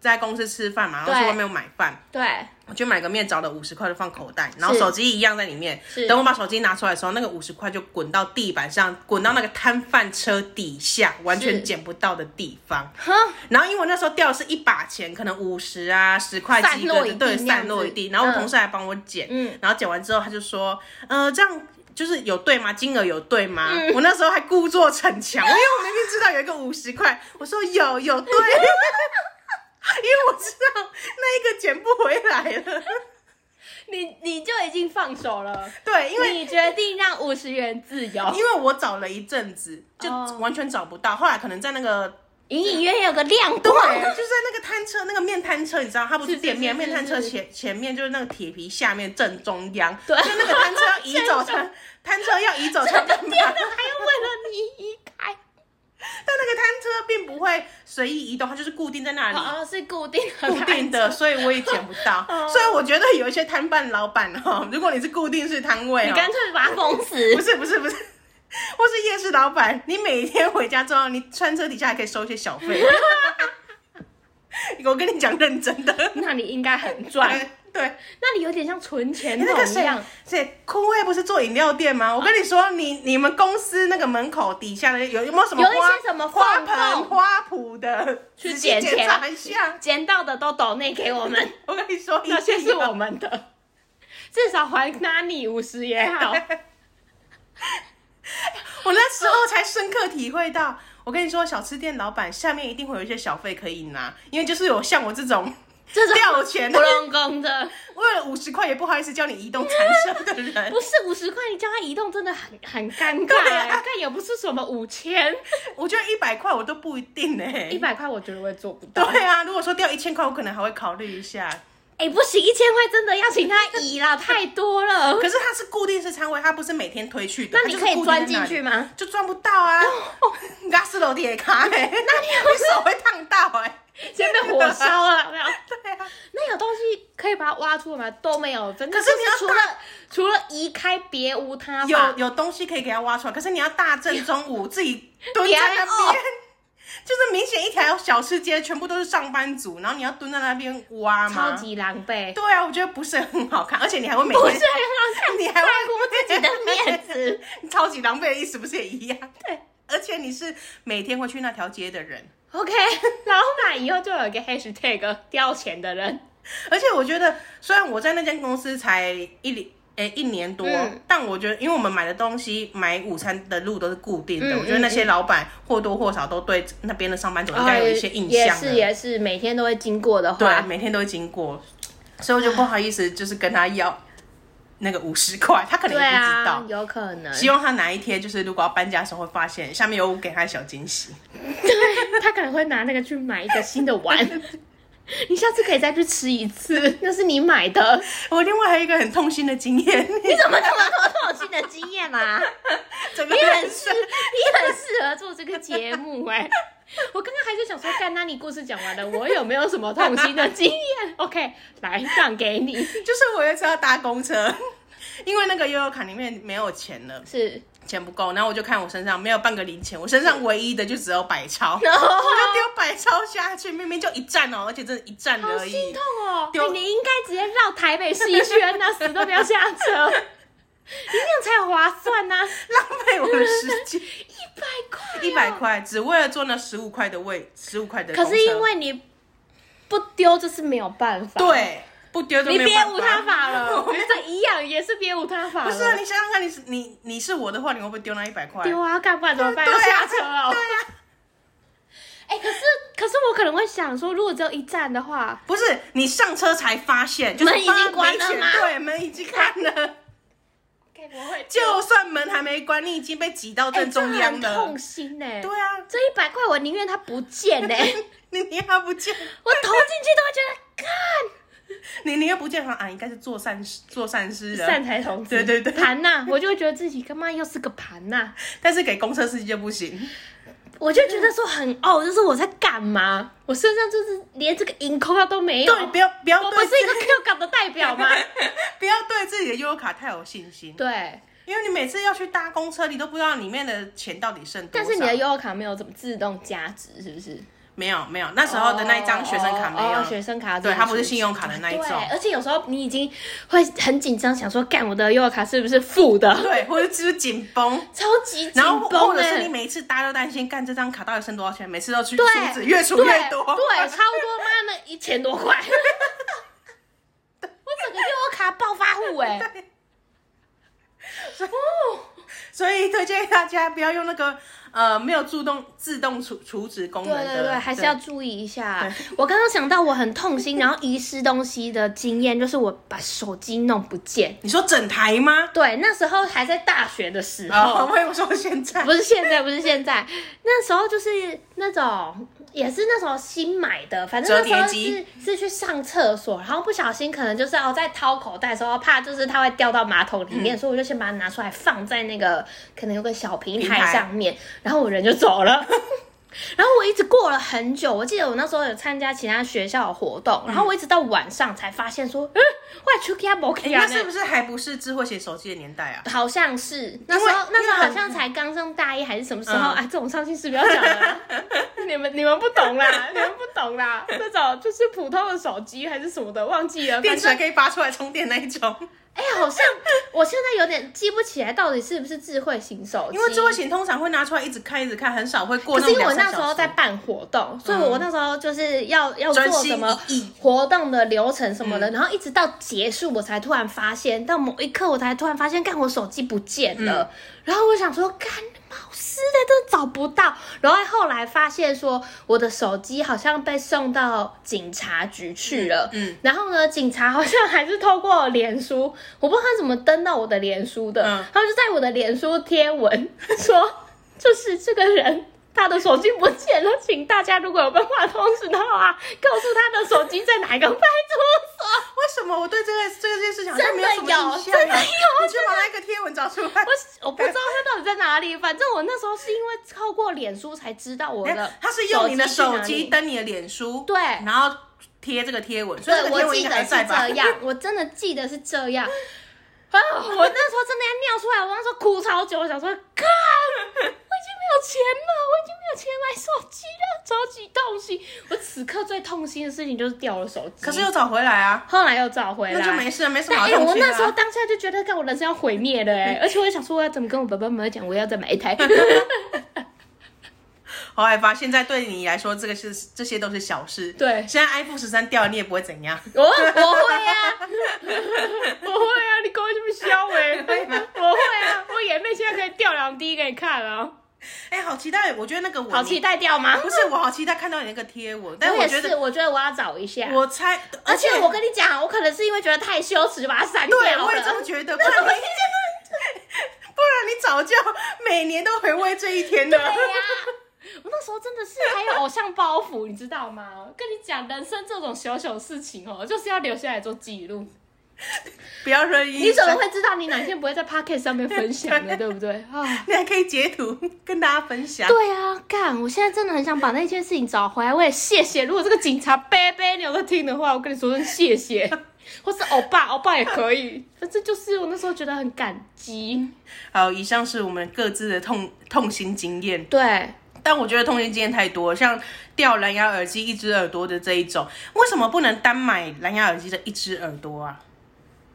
在公司吃饭嘛，然后去
对
外面买饭，
[LAUGHS] 对，
我去买个面，找了五十块就放口袋，然后
是
手机一样在里面
是。
等我把手机拿出来的时候，那个五十块就滚到地板上，滚到那个摊贩车底下，完
是
全捡不到的地方。
[LAUGHS] 哼，
然后因为我那时候掉的是一把钱，可能五十啊、十块
散
几个
落一
的，
地
对，
那样
散落一地。
子
然后我
嗯
同事还帮我捡，
嗯
然后捡完之后他就说，呃，这样。就是有对吗？金额有对吗？
嗯
我那时候还故作逞强，因为我明明知道有一个五十块，我说有有对，因 [LAUGHS] 为我知道那一个捡不回来了。
你你就已经放手了，
对，因为
你决定让五十元自由
因，为我找了一阵子，就
哦
完全找不到。后来可能在那个
隐隐约约有个亮
对，啊
光。
就是在那个摊车，那个面摊车，你知道，它不
啊是
是
是
店面，
是
面摊车
是
前前面就是那个铁皮下面正中央，
对
就那个摊车要移走
[LAUGHS]
才，摊车要移走才干嘛？
还要为了你移开，
但那个摊车并不会随意移动，它就是固定在那里。
哦，是固定的，
固定的，，所以我也捡不到。所以我觉得有一些摊贩老板哦，如果你是固定式摊位、哦，
你干脆把它封
不
死。
是不是不是，我是夜市老板，你每天回家之后，你穿车底下还可以收一些小
[LAUGHS]
费。我跟你讲，认真的。
那你应该很赚
对，对，
那你有点像存钱
哎那个
筒一
谁
样。
谁酷威不是做饮料店吗？我跟你说，你你们公司那个门口底下的有有没有什么
有一些
花
什么
花
放
盆、
纵
花圃的，
去
仔细
捡
检
钱
查一下。
捡到的都抖内给我 [LAUGHS] 们，
我跟你说，一
那些
定
是
有
我们的，至少还拿你五十也好。
[LAUGHS]
[LAUGHS]
我那时候才深刻体会到，我跟你说，小吃店老板下面一定会有一些小费可以拿，因为就是有像我这
[LAUGHS]
种
这种
掉钱
不隆咚的，
为了五十块也不好意思叫你移动产生的人
不，是五十块，你叫他移动真的很很尴尬、
对
欸，
啊
但也不是什么五千，
我觉得一百块我都不一定欸呢、
一百块我觉得我也做不到。
对啊，如果说掉一千块，我可能还会考虑一下。
哎、不行，一千块真的要请他移啦，太多了。
[LAUGHS] 可是它是固定式摊位，它不是每天推去的，
那
它
你
就是
可以
固定在
钻进
那里
去，吗？
就钻不到
[LAUGHS]
啊！压死楼铁卡哎，那 [LAUGHS] 你手会烫到哎、
先被火烧了，有没有？
对啊，
那有东西可以把它挖出来吗？都没有，真的。
可是你要
就除了除了移开，别无他法
有。有东西可以给它挖出来，可是你要大正中午自己蹲在
你还哦
那边。 [LAUGHS] 就是明显一条小吃街全部都是上班族，然后你要蹲在那边挖吗？
超级狼狈，
对啊，我觉得不是很好看，而且你还会每
不是
天
很好看，
你还
在
会
乎自己的
[LAUGHS]
面子。
超级狼狈的意思不是也一样？
对
而且你是每天会去那条街的人，
OK，老板以后就有一个 hashtag [LAUGHS] 掉钱的人，
而且我觉得，虽然我在那间公司才一年，诶、一年多，
嗯
但我觉得，因为我们买的东西、买午餐的路都是固定的，
嗯
我觉得那些老板或多或少都对那边的上班族应该
哎
有一些印
也
象了、
是也是，每天都会经过的
对，啊
话，
每天都会经过，所以我就不好意思，就是跟他要那个五十块，他可能
对
也不知道。
啊，有可能。
希望他哪一天就是如果要搬家的时候会发现下面有给他小惊喜。
对，他可能会拿那个去买一个新的碗。 [LAUGHS] 你下次可以再去吃一次，那是你买的。
[LAUGHS] 我另外还有一个很痛心的经
[LAUGHS]
验，
你怎么这么多痛心的经验啊啦、
整个
你很
人
适，你很适合做这个节目哎、我刚刚还在想说，干，那你故事讲完了，我有没有什么痛心的经验？OK，来让给你，
就是我有一次要搭公车，因为那个悠悠卡里面没有钱了，
是，
钱不够，然后我就看我身上没有半个零钱，我身上唯一的就只有百
[LAUGHS]
钞，我就
然后
丢百钞下去，明明就一站哦，而且真的一站
好
而
心
已
痛。哦！
丢
你应该直接绕台北市一圈呐、 [LAUGHS] 死都不要下车，你那样才有划算呐、
浪费我的时
[LAUGHS]
间，
一百块、哦
一百。块只为了坐那十五块的位，十五块的公
可
车。
是因为你不丢，就是没有办法。，
对不丢就
你
没有
别
办
无他法了
我没，
这一样也是别无他法
[LAUGHS]
了。
不是啊，你想想看，你是你你是我的话，你会不会丢那一百块？[LAUGHS]
丢啊，干不然怎么办？
对
要
啊
下车哦。
对啊，
哎、可是可是我可能会想说，如果只有一站的话，
不是你上车才发现，就是
门已经
发
关
没
了
钱
吗
对，门已经关
[LAUGHS]
了。
该不会
就算门还没关，你已经被挤到
哎
正中央
这很
了。
痛心呢、
对啊， [LAUGHS]
这一百块我宁愿它不见呢、
你你还不见，
我投进去都会觉得干
你你又不见，啊，应该是做善事做善事的，
善财童子，
对对对
盘呐、我就会觉得自己干嘛又是个盘呐、哎
但是给公车司机就不行。
我就觉得说很哦，就是我在干嘛？我身上就是连这个银扣啊它都没有，
对，不要不要
我不
对
是一
自
个 Q 港的代表吗？
[LAUGHS] 不要对自己的悠游卡太有信心，
对，
因为你每次要去搭公车，你都不知道里面的钱到底剩多
但
少。
是你的悠游卡没有怎么自动加值，是不是？
没有没有，那时候的哦那一张学生卡没有，
哦哦学生卡，
对，它不是信用卡的那一
对
种，，
而且有时候你已经会很紧张，想说干我的悠游卡是不是负的？
对，或者就是紧绷。
超级紧
然后或
绷
或者是你
哎。
每一次搭都担心，干这张卡到底剩多少钱？每次都去出
对，
纸，越出越多。
对，对超多妈那一千多块，我整个悠游卡暴发户哎、
[LAUGHS] 所以推荐大家不要用那个呃没有自动自动除除值功
对
能的，
对对，还是要注意一下。我刚刚想到我很痛心，然后遗失东西的经验，就是我把手机弄不见。
你说整台
[LAUGHS]
吗？
对，那时候还在大学的时候，
[LAUGHS] 啊，我我说现在
哦不是现在，不是现在，那时候就是那种也是那时候新买的，反正那时候
折叠
是
机
是去上厕所，然后不小心可能就是哦在掏口袋的时候，怕就是它会掉到马桶里
嗯
面，所以我就先把它拿出来放在那个可能有个小平
平
台
台
上面，然后我人就走了。 [LAUGHS] 然后我一直过了很久，我记得我那时候有参加其他学校的活动，然后我一直到晚上才发现说，嗯，我出去啊，没
嗯哎
去啊
那
呢
是不是还不是智慧型手机的年代啊？
好像是那
为
时候，那时
因为
候好
很
像才刚上大一还是什么时候？
嗯
啊？这种伤心事不要讲了
[LAUGHS]
啦，你们你们不懂啦，你们不懂啦。那种就是普通的手机还是什么的，忘记了。
电
反
池
正
还可以拔出来充电那一种，
哎、好像我现在有点记不起来到底是不是智慧型手机，
因为智慧。型通常会拿出来一直看一直看，很少会过
可
那
是
种
因为我
两三
那
小嗯
时候在办活动，所以我那时候就是要要
专
做
心
什么
一意。嗯
活动的流程什么的，然后一直到结束，我才突然发现，到某一刻我才突然发现，干我手机不见了。
嗯
然后我想说，干冒失的都找不到。然后后来发现说，我的手机好像被送到警察局去了。
嗯嗯
然后呢，警察好像还是透过脸书，我不知道他怎么登到我的脸书的，
嗯
他们就在我的脸书贴文 [LAUGHS] 说，就是这个人。他的手机不见了，请大家如果有被画通知的话，告诉他的手机在哪个派出所。
为什么我对这个这件事情好像
真的
没有什么印
有
象、啊？
真的有
你去把那个贴文找出来。
[LAUGHS] 我我不知道他到底在哪里，反正我那时候是因为透过脸书才知道我
哎
的。
他是用你的手
去哪
机
里
登你的脸书，
对
然后贴这个贴文，所以这
对，
个贴
我
文
记
应该
得
还
是
在吧
这？
[LAUGHS]
样，我真的记得是这样。啊！我那时候真的要尿出来，我那时候哭超久，我想说，靠，我已经没有钱了，我已经没有钱买手机了，超级痛心。我此刻最痛心的事情就是掉了手机，
可是又找回来啊，
后来又找回来，
那就没事，没什么
但
好
哎、
痛
我
心的、啊。
那时候当下就觉得，干我人生要毁灭了哎、而且我也想说，我要怎么跟我爸爸妈妈讲，我要再买一
[LAUGHS]
台。
好害怕，现在对你来说，这个是这些都是小事。
对
现在 iPhone 十三掉了，你也不会怎样。
哦我我会啊， [LAUGHS] 我会啊，你搞什么笑哎、
会吗
我会啊，我眼泪现在可以掉两滴给你看啊，
哎、好期待！我觉得那个我
好期，待掉吗？
不是我好期待看到你那个贴文，但
也
觉
是，
得
我觉得我要找一下。
我猜，
而且
且
我跟你讲，我可能是因为觉得太羞耻，把它删掉了。
对，我也这么觉得，不然你 [LAUGHS] 不然你早就每年都回味这一天了。
对呀、我那时候真的是还有偶像包袱，你知道吗？跟你讲，人生这种小小事情哦，就是要留下来做记录。
不要说你
你怎么会知道你哪天不会在 Pocket 上面分
[LAUGHS]
享呢？对不对啊？
你还可以截图 [LAUGHS] 跟大家分享。
对啊，干！我现在真的很想把那件事情找回来。我也谢谢，如果这个警察贝贝你有在听的话，我跟你说声谢谢， [LAUGHS] 或是欧巴，欧巴也可以。反正就是我那时候觉得很感激。
好，以上是我们各自的痛痛心经验，
对，
但我觉得痛心经验太多，像掉蓝牙耳机一只耳朵的这一种，为什么不能单买蓝牙耳机的一只耳朵啊？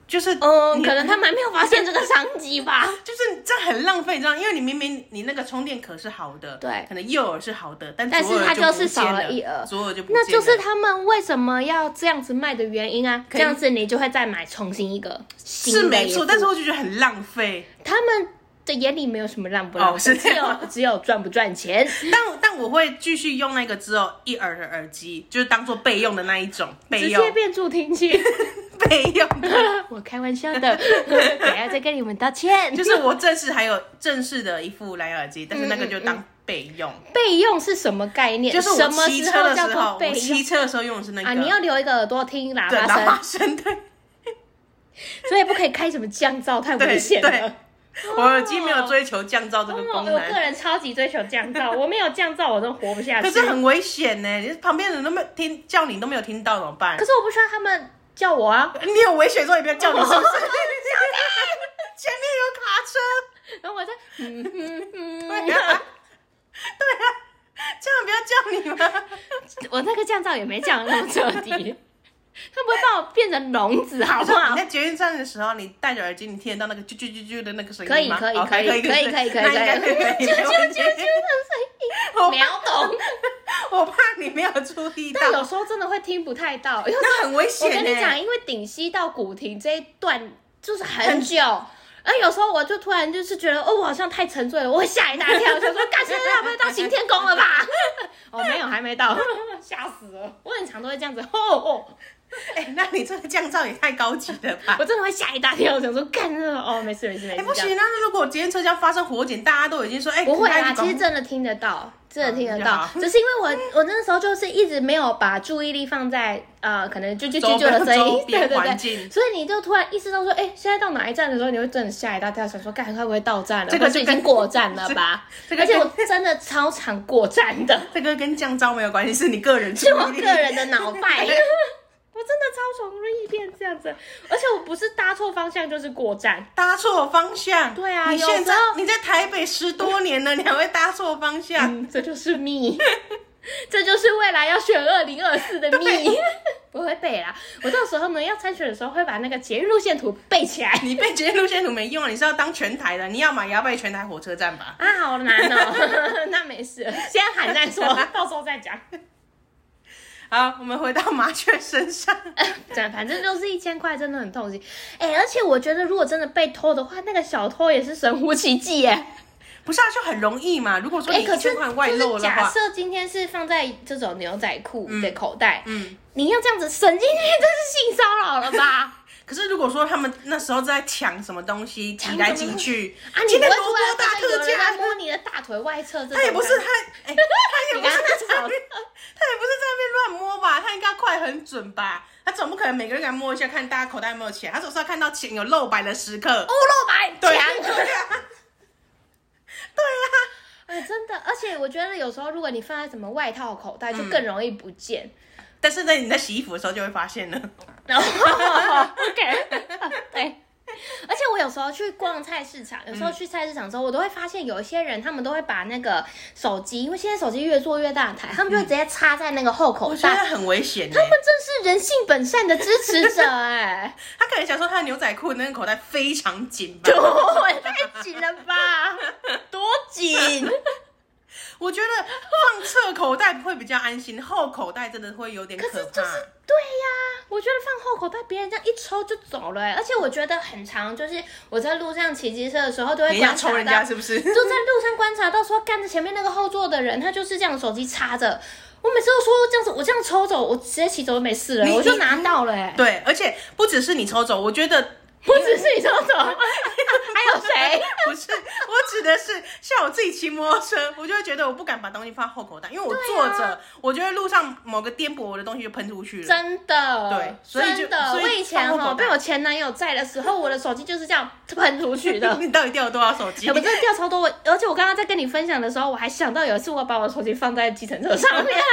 就是，
嗯，
你
可能他们还没有发现这个商机
[LAUGHS]
吧。
就是这很浪费，你知道，因为你明明你那个充电壳是好的，
对
可能右耳是好的，但
但是
左耳
它
就
就
不
是少
见
了
了
一耳
左耳就不
那
见
就
了
是他们为什么要这样子卖的原因啊！这
以
样子你就会再买重新一个新的
是没
也
错，但是我就觉得很浪费。
他们的眼里没有什么让不让，
哦是
只
这样
有只有赚不赚钱。
[LAUGHS] 但但我会继续用那个只有一耳的耳机，就是当做备用的那一种，备
直
用
接变助听器，
[LAUGHS] 备用的。
我开玩笑
[LAUGHS]
的，等一下再跟你们道歉。
就是我正式还有正式的一副蓝牙耳机，但是那个就当备用，
备用是什么概念？
就是
嗯什
我
么
骑车的
叫
时候
做，备
我骑
用
车的时候用的是那个，
啊？你要留一个耳朵听喇
对
叭
喇叭
声，
声，对
[LAUGHS] 所以不可以开什么降噪，太危
对
险
对
了。哦
我耳机没有追求降噪这个
我
功
我个
能，
人超级追求降噪，我没有降噪我都活不下去。
可是很危险呢。你旁边人都没有听叫你都没有听到怎么办
可？是我不需要他们叫我啊，
你有危险的时候也不要叫你，是不是？ [LAUGHS] 前面有卡车。
[LAUGHS] 然后我在嗯嗯嗯，
[LAUGHS] 对啊，对啊，这样不要叫你吗？
我那个降噪也没降得那么彻底，他不会把我变成聋子好不好
你在？捷运站的时候，你戴着耳机，你听得到那个啾啾啾啾的那个声
可以
音吗？
可以
哦
可以
可以
可以可以可以
那应该可以，
可以
没问
[LAUGHS]
题
啾啾的
我
声音，秒懂。
我怕你没有注意
但有
到，
时候真的会听不太到，因为
那很危
我
险欸
跟
呢
你讲，因为顶溪到古亭这一段就是很久，而有时候我就突然就是觉得，哦，我好像太沉醉了，我会吓一大跳，想说，干，现在会不会到行天宫了吧？哦，没有，还没到， [LAUGHS] 吓死了！我很常都会这样子，哦哦，
哎、那你这个降噪也太高级了吧？
我真的会吓一大跳，想说，干，真的哦，没事没事没
哎、
事，
不
这样
行，那如果捷运车厢发生火警，大家都已经说，哎、
不会
赶快
啦，
去赶
其实真的听得到，真的听得
嗯
到
那，就好
只是因为我我 [LAUGHS] 那时候就是一直没有把注意力放在呃，可能就就就
周
就的声
周
音， [LAUGHS] 对
边
对
环
对。
境。
所以你就突然意识到说，哎、现在到哪一站的时候，你会真的吓一大跳，想说，该会不会到站了？
这个
或是已
就跟
经过站了吧？
这
而
个
且我
跟
真的超常过站
[LAUGHS]
的，
这个跟降噪没有关系，是你个人注
是我
意力。
个人的
[LAUGHS]
脑袋。我真的超常容易变这样子，而且我不是搭错方向就是过站，
搭错方向。
对啊
你
有
现在
时候
你在台北十多年了，你还会搭错方向？
嗯，这就是 me，这就是未来要选二零二四的 me。不 [LAUGHS] 会背啦，我到时候呢要参选的时候会把那个捷运路线图背起来
[LAUGHS] 你背捷运路线图没用啊，你是要当全台的，你要嘛也要背全台火车站吧？
啊，好难哦。 [LAUGHS] 那没事，先喊再说， [LAUGHS] 到时候再讲。
好，我们回到麻雀身上，
对，反正就是一千块，真的很痛心。哎、而且我觉得如果真的被偷的话，那个小偷也是神乎其技耶。
不是啊，就很容易嘛。如果说
哎、
你
可
一
是
千块外
就
露
是
的
假
话，
设今天是放在这种牛仔裤的口袋，
嗯，
你要这样子 [LAUGHS] 伸进去，这是性骚扰了吧？
可是如果说他们那时候在抢什么东西，
抢
挤
什么
来挤去，
啊，你
今
不
天
会
多
突然
多
发
大
现有
特
人在
价，
摸你的大腿外侧这种感觉？
他也不是他，哎、他也
[LAUGHS] 你
不
跟
是
他
在
吵
那边，哎他也不是在那边乱摸吧？他应该快很准吧？他总不可能每个人给他摸一下，看大家口袋有没有钱，他总是要看到钱有露白的时刻。
欧露白
对啊，
强。
对
[LAUGHS]
啊，
哎，真的，而且我觉得有时候如果你放在什么外套口袋，就
嗯
更容易不见。
但是在你在洗衣服的时候就会发现
[LAUGHS]
了。 [LAUGHS]
然后 OK，对。 [LAUGHS] 而且我有时候去逛菜市场，有时
嗯
候去菜市场之后，我都会发现有一些人，他们都会把那个手机，因为现在手机越做越大台，他们就会直接插在那个后
嗯
口
我觉得
袋。
很危险、欸。
他们真是人性本善的支持者哎、
他可能想说他的牛仔裤那个口袋非常紧吧？
对，太紧了
[LAUGHS]
吧，多紧！
我觉得放侧口袋会比较安心，后口袋真的会有点
可
可
是
怕。
就是对呀、我觉得放后口袋，别人这样一抽就走了、欸，而且我觉得很长，就是我在路上骑机车的时候都会
你想
观察
抽
到，
人家是不
[LAUGHS]
是？
就在路上观察到说，干着前面那个后座的人，他就是这样手机插着。我每次都说这样子，我这样抽走，我直接骑走就没事了，
你
我就拿到了、欸。
对，而且不只是你抽走，我觉得
不只是你抽走，
[LAUGHS]
[LAUGHS] 还有谁？
不是，我指的是像我自己骑摩托车，我就会觉得我不敢把东西放后口袋，因为我坐着，
啊
我觉得路上某个颠簸，我的东西就喷出去了。
真的，
对所以就
真的，
所以
我以前
放后
哈
口袋。
被我前男友在的时候，我的手机就是这样喷出去的
[LAUGHS] 你到底掉了多少
[LAUGHS]
手机
哎？我真的掉超多，我而且我刚刚在跟你分享的时候，我还想到有一次我把我的手机放在计程车
[LAUGHS]
上面，啊，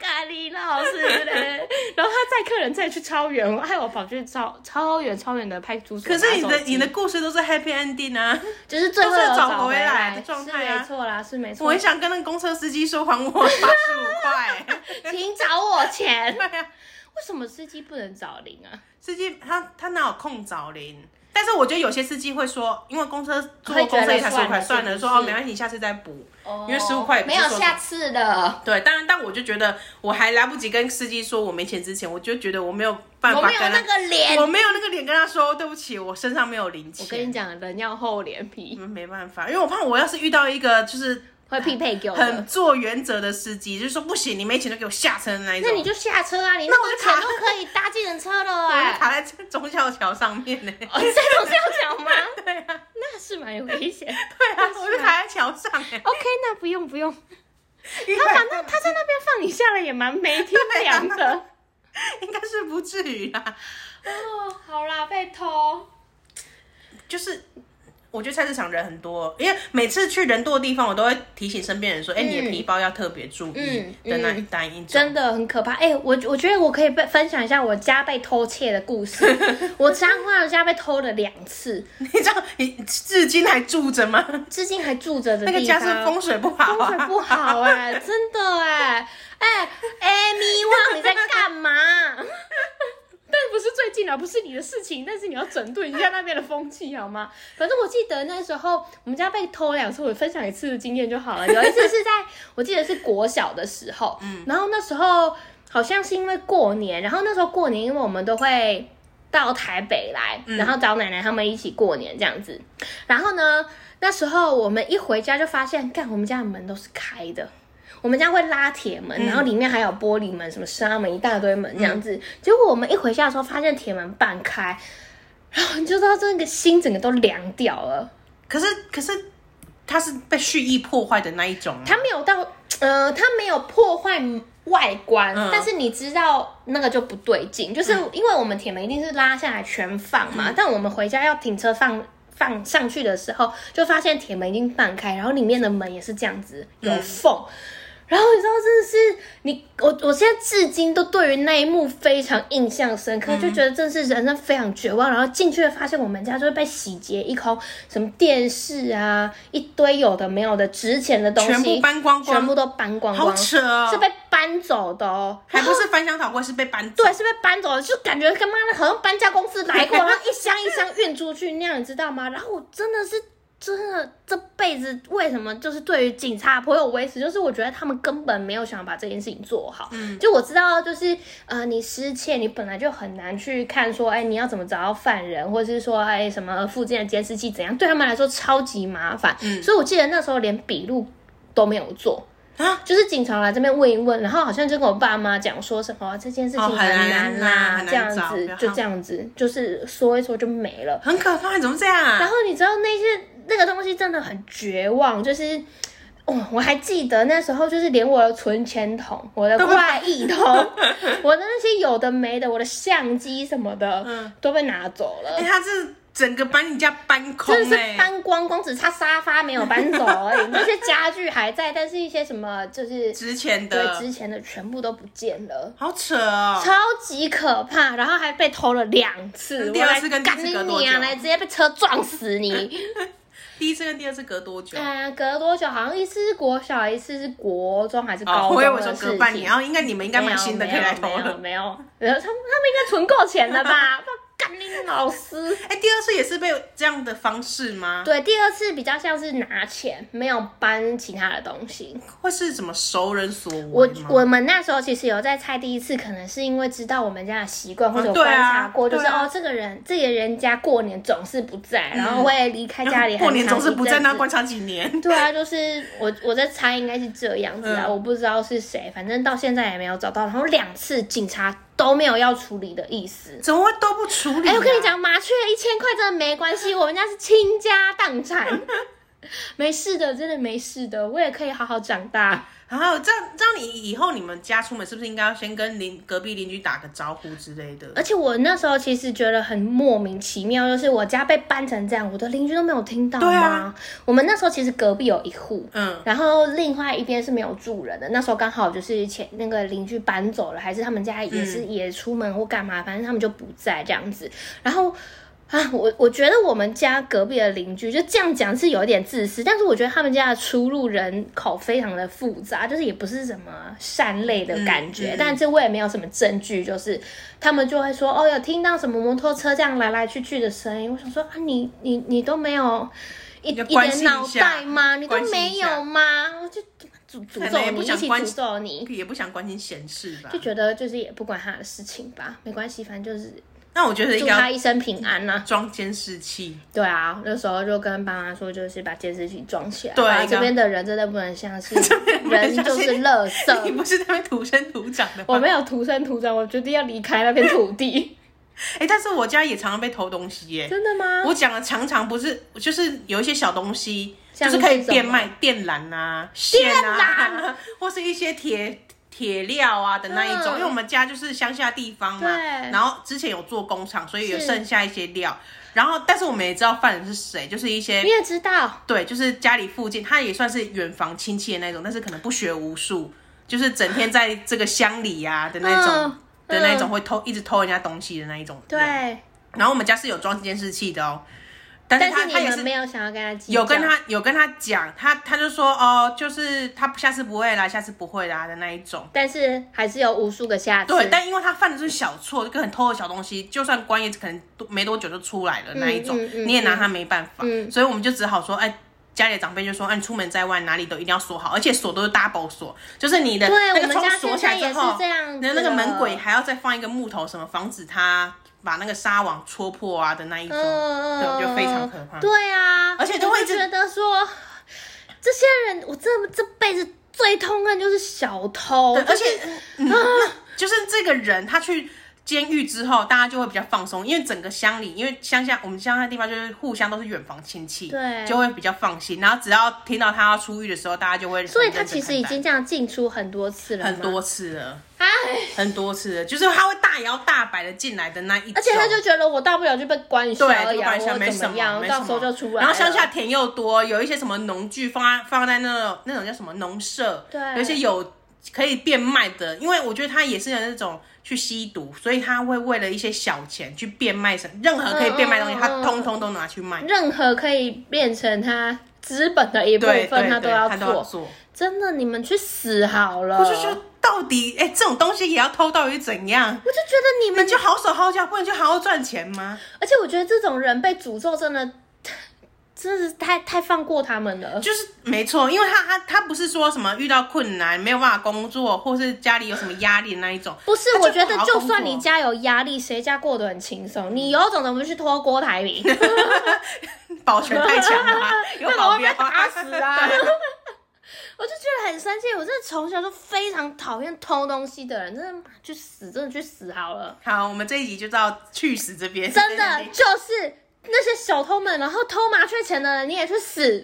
咖喱老师嘞，然后他载客人再去超远，害我跑去超超远超远的派出所拿
可
手
是
机。
你的你的故事都是 happy ending 啊！
就是最后有
都是
找
找回来
来
的状态啊
是没错啦，是没错。
我很想跟那个公车司机说还我八十五块。 [LAUGHS]
请找我钱。
对啊，
为什么司机不能找零啊？
司机他他哪有空找零？但是我觉得有些司机会说，因为公车坐
会觉
公
得
车一台十五块，
算
算
了
了，
是不
说哦
是
没关系，你下次再补。
哦
因为15块也不
没
是
有
说啊
下次了。
对，当然，但我就觉得我还来不及跟司机说我没钱之前，我就觉得我没有办
我
法
没
跟
有那
他，
个脸。
我没有那个脸跟他说对不起，我身上没有零钱。
我跟你讲，人要厚脸皮，
嗯，没办法，因为我怕我要是遇到一个就是
会匹配给我
嗯很
的。
做原则的司机，就是说不行，你没钱就给我下车的那一种。
那你就下车啊！你
那我
那个
就卡
钱都可以搭计程车
[LAUGHS]
了
我
哎、
就卡在这中小桥上面
[LAUGHS]
呢、
哦，这种是要讲吗？ [LAUGHS]
对啊，
那是蛮危险。
对啊，
是
我就
吗
卡在桥上哎、
OK，那不用不用，
因为
他反正他在那边放你下来也蛮没天良的。
应该是不啊至于啦，
哦，好啦，被偷。
就是我觉得菜市场人很多，因为每次去人多的地方，我都会提醒身边人说：“哎、你的皮包要特别注意
嗯
的那
嗯
单一种。
真的很可怕。哎、我我觉得我可以被分享一下我家被偷窃的故 [LAUGHS] 事。我彰化的家被偷了两次，
你知道你至今还住着吗？
至今还住着的
那个
地
家
方。
是风水不好
风
啊，
水不好 [LAUGHS] 哎、真的哎、哎、a m y 旺你在干嘛？ [LAUGHS] 但不是最近啊，不是你的事情，但是你要整顿一下那边的风气好吗？反正我记得那时候我们家被偷两次，我分享一次的经验就好了。有一次是在我记得是国小的时候，嗯，然后那时候好像是因为过年，然后那时候过年，因为我们都会到台北来，然后找奶奶他们一起过年这样子。然后呢，那时候我们一回家就发现，干我们家的门都是开的。我们家会拉铁门，然后里面还有玻璃门、什么纱门，一大堆门这样子。结果我们一回家的时候，发现铁门半开，然后你就知道这个心整个都凉掉了。
可是可是它是被蓄意破坏的那一种啊。
它没有到，呃，它没有破坏外观，
嗯
但是你知道那个就不对劲，就是因为我们铁门一定是拉下来全放
嗯
嘛，但我们回家要停车放。放上去的时候，就发现铁门已经半开，然后里面的门也是这样子有
嗯
缝。然后你知道，真的是你我，我现在至今都对于那一幕非常印象深刻，
嗯
就觉得真的是人生非常绝望。然后进去发现我们家就是被洗劫一空，什么电视啊，一堆有的没有的值钱的东西，
全部搬光光
全部都搬光
好
光，
扯哦，
是被搬走的哦。
还不是翻箱倒柜，是被搬走。
[LAUGHS] 对，是被搬走了，就感觉他妈的好像搬家公司来过，然后一箱一箱运出去那样，你知道吗？然后我真的是。真的，这辈子为什么就是对于警察颇有微词？就是我觉得他们根本没有想把这件事情做好。嗯，就我知道，就是呃，你失窃，你本来就很难去看说，哎，你要怎么找到犯人，或者是说，哎，什么附近的监视器怎样，对他们来说超级麻烦。嗯，所以我记得那时候连笔录都没有做。
啊
就是警察来这边问一问，然后好像就跟我爸妈讲说什么这件事情
哦很难
难啦，
很难
这样
找
子
然后
就这样子，就是说一说就没了。
很可怕，怎么这样
然
啊？
后你知道那些那个东西真的很绝望，就是。哦，我还记得那时候，就是连我的存钱筒、我的快易筒、我的那些有的没的、我的相机什么的，
嗯
都被拿走了
哎、。他是整个把你家搬空
真的
哎、
是搬光光，只差沙发没有搬走而已。那些家具还在，但是一些什么就是
值钱
对
的
之，前的全部都不见了。
好扯哦。
超级可怕，然后还被偷了两次，
第
我
二
来
次跟第
赶
四
你啊
隔多久
娘来，直接被车撞死你！
[LAUGHS] 第一次跟第二次隔多久？
嗯、隔多久？好像一次是国小，一次是国中还是
哦，
高
我以
中
为
的
说
事
隔
情。
半年，然后应该你们应该买新的可以来投
没有没有
了。
没有，没有他们他们应该存够钱
[LAUGHS]
了吧？干你老师！
哎、第二次也是被这样的方式吗？
对，第二次比较像是拿钱，没有搬其他的东西。
会是什么熟人所
我
为吗？
我们那时候其实有在猜第一次，可能是因为知道我们家的习惯，或者有
对啊
观察过，就是、
对啊嗯
哦，这个人这个人家过年总是不在，然后会离开家里很
过年
长
总是
一
不在
阵
那
子
观察几年， [LAUGHS]
对啊，就是我我在猜应该是这样子啊，
嗯
我不知道是谁，反正到现在也没有找到，然后两次警察都没有要处理的意思。
怎么会都不处理、啊？
哎、我跟你，讲，麻雀一千块真的没关系，我们家是倾家
[LAUGHS]
荡产，没事的，真的没事的，我也可以好好长大。
然后这样这样，你以后你们家出门是不是应该要先跟邻隔壁邻居打个招呼之类的？
而且我那时候其实觉得很莫名其妙，就是我家被搬成这样，我的邻居都没有听到
对
吗？
啊
我们那时候其实隔壁有一户，
嗯，
然后另外一边是没有住人的。那时候刚好就是前那个邻居搬走了，还是他们家也
嗯
是也出门或干嘛，反正他们就不在这样子。然后啊，我我觉得我们家隔壁的邻居就这样讲是有点自私，但是我觉得他们家的出入人口非常的复杂，就是也不是什么善类的感觉，
嗯嗯
但这我也没有什么证据，就是他们就会说哦，有听到什么摩托车这样来来去去的声音。我想说啊，你你你都没有。一
要
一
关
点
心一
脑
下
袋吗？你都
关心一
没
下
有吗？我就诅诅
可能也
咒
不
你，
想
一起
关
诅咒你，
也不想关心闲事吧
就？觉得就是也不管他的事情吧，没关系，反正就是
那我觉得应
祝
该要
他一生平安啦、
装监视器，
对啊，那时候就跟爸妈说，就是把监视器装起来。
对
不然
刚
这边的人真的不能相
[LAUGHS]
信
边，不能
人
相
就
信
是
[LAUGHS]
垃
你
圾。
不是在那边土生土长的
我
吗？
没有土生土长，我决定要离开那片
[LAUGHS]
土地。
哎、但是我家也常常被偷东西耶、
真的吗？
我讲的常常不是，就是有一些小东西，就
像
是可以
是什
变
么
卖电缆啊、线啊，或是一些铁铁料啊的那一种。
嗯
因为我们家就是乡下地方嘛，
对
然后之前有做工厂，所以有
是
剩下一些料。然后，但是我们也知道犯人是谁，就是一些
你也知道，
对，就是家里附近，他也算是远房亲戚的那种，但是可能不学无术，就是整天在这个乡里呀、的那种、
嗯
的那种
嗯
会偷一直偷人家东西的那一种。
对，。
然后我们家是有装监视器的哦，但是
但
他
是你
他也
们
是
没有想要跟他计较，
有跟他有跟他讲，他他就说哦，就是他下次不会啦，下次不会啦的那一种。
但是还是有无数个下次。
对，但因为他犯的是小错，就跟很偷的小东西，就算关也可能都没多久就出来了那一种，
嗯嗯嗯
你也拿他没办法，
嗯
所以我们就只好说，哎。家里的长辈就说：“哎、你出门在外，哪里都一定要锁好，而且锁都是 double 锁，就是你的
对
那
我
个
们
窗
家
锁
现
起来
在
之
也是
后，
这样子
那那个
的
门鬼还要再放一个木头，什么防止他把那个纱网戳破啊的那一种，
嗯，
对，我觉得非常可怕。
对啊，
而且都会
我
一直
觉得说，这些人，我这这辈子最痛恨就是小偷，
对，而
就是
且，嗯，那就是这个人他去监狱之后，大家就会比较放松，因为整个乡里，因为乡下我们乡下地方就是互相都是远房亲戚，
对
就会比较放心。然后只要听到他要出狱的时候，大家就会很
所以他
认真
其实
看
已
待
经这样进出很多次了，
很，多次了，
哎，
很多次了，就是他会大摇大摆的进来的那一种，
而且他就觉得我大不了就被关一下而
对，
已
就
啊，
关一下
我
没
怎
什
么
么，
样，
没
到
什
时候
么
就出来了。
然后乡下田又多，有一些什么农具放在放在那种那种叫什么农舍，
对
有一些有可以变卖的，因为我觉得他也是有那种去吸毒，所以他会为了一些小钱去变卖什任何可以变卖的东西，
嗯嗯
他
嗯
通通都拿去卖。
任何可以变成他资本的一部
对
分，
对
他
对，
要
他都要
做。
做。
真的，你们去死好了！
我就觉得到底，哎、这种东西也要偷，到底怎样？
我就觉得你
你
们
们就好手好脚，不然就好好赚钱吗？
而且我觉得这种人被诅咒真的， [LAUGHS] 真的是太太放过他们了。
就是没错，因为他他他不是说什么遇到困难没有办法工作，或是家里有什么压力的那一种，
不是
他，就
我觉得
好好
就
工
算
作
你家有压力，谁家过得很轻松？你有种怎么去拖郭台铭？
保全太强了
[LAUGHS]
吧，有
那我
保
会被
镖
打死啊
对！
[LAUGHS] 我就觉得很生气，我真的从小就非常讨厌偷东西的人，真的妈去死，真的去死好了！
好，我们这一集就到去死这边，
真的就是那些小偷们，然后偷麻雀钱的人，你也去死！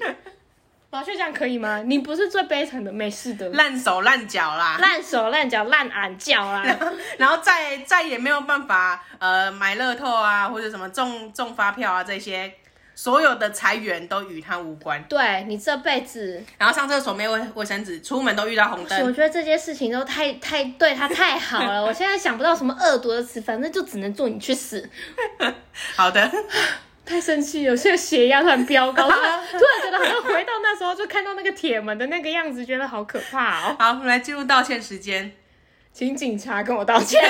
麻雀这样可以吗？你不是最悲惨的，没事的，
烂手烂脚啦，
烂手烂脚烂俺叫啊啦！
然后再再也没有办法呃买乐透啊，或者什么中中发票啊这些。所有的财源都与他无关，
对你这辈子，嗯
然后上厕所没有卫卫生纸，出门都遇到红
我
灯，
觉得这些事情都太太对他太好 [LAUGHS] 了。我现在想不到什么恶毒的词，反正就只能做你去死。
好的， [LAUGHS]
太生气了，现在血压突然飙高，突然 [LAUGHS] 突然觉得好像回到那时候，就看到那个铁门的那个样子，觉得好可怕哦。
好，我们来进入道歉时间。
请警察跟我道歉。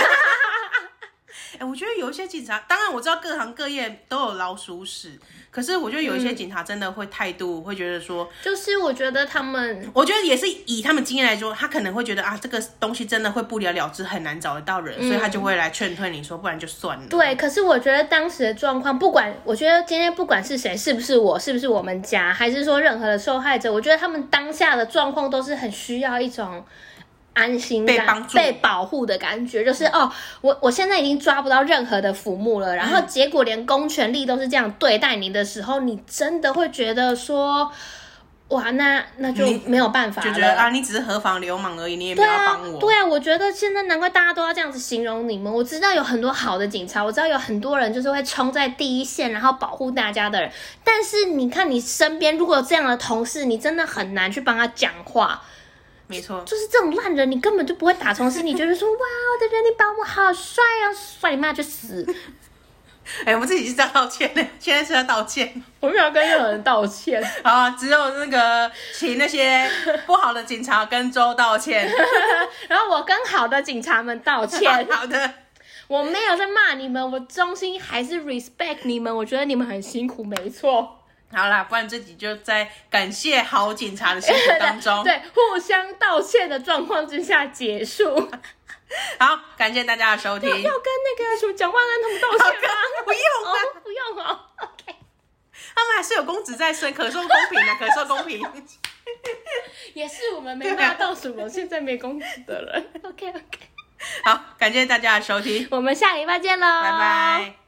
哎、我觉得有一些警察，当然我知道各行各业都有老鼠屎，可是我觉得有一
嗯
些警察真的会态度、会觉得说，
[LAUGHS] 就是我觉得他们
我觉得也是以他们经验来说，他可能会觉得啊，这个东西真的会不了了之，很难找得到人，所以他就会来劝退你说，不然就算了。
嗯对，可是我觉得当时的状况，不管我觉得今天不管是谁，是不是我，是不是我们家，还是说任何的受害者，我觉得他们当下的状况都是很需要一种。安心感
被帮助嗯
被保护的感觉，就是哦，我我现在已经抓不到任何的浮木了，然后
嗯
结果连公权力都是这样对待你的时候，你真的会觉得说，哇，那那就
你
没有办法了，
就觉得啊，你只是合法流氓而已，你也没
对
有要
啊
帮，我。
对啊，我觉得现在难怪大家都要这样子形容你们。我知道有很多好的警察，我知道有很多人就是会冲在第一线，然后保护大家的人。但是你看你身边如果有这样的同事，你真的很难去帮他讲话。
没错。
就是这种烂人，你根本就不会打从心里觉得说哇，我的人力保姆好帅啊，帅你妈去死！
哎、我们自己是在道歉呢，现在是在道歉
[LAUGHS] 我没有跟任何人道歉。
啊，只有那个请那些不好的警察跟周道
[LAUGHS]
歉。，
然后我跟好的警察们道歉 [LAUGHS]
好的，
我没有在骂你们，我衷心还是 respect 你们，我觉得你们很辛苦，没错。
好啦，不然自己就在感谢好警察的辛苦当中。
[LAUGHS] 对，互相道歉的状况之下结束。要跟
好，感谢大家的收听。？
那个什么蒋万安他们道歉吗
[LAUGHS] 不用啊
哦，不用哦。OK，
他们还是有公职在身，可受公平的，可受公平。
也是我们没骂到什么，现在没工资的人。OK [LAUGHS] OK，
好，感谢大家的收听，
我们下礼拜见喽，
拜拜。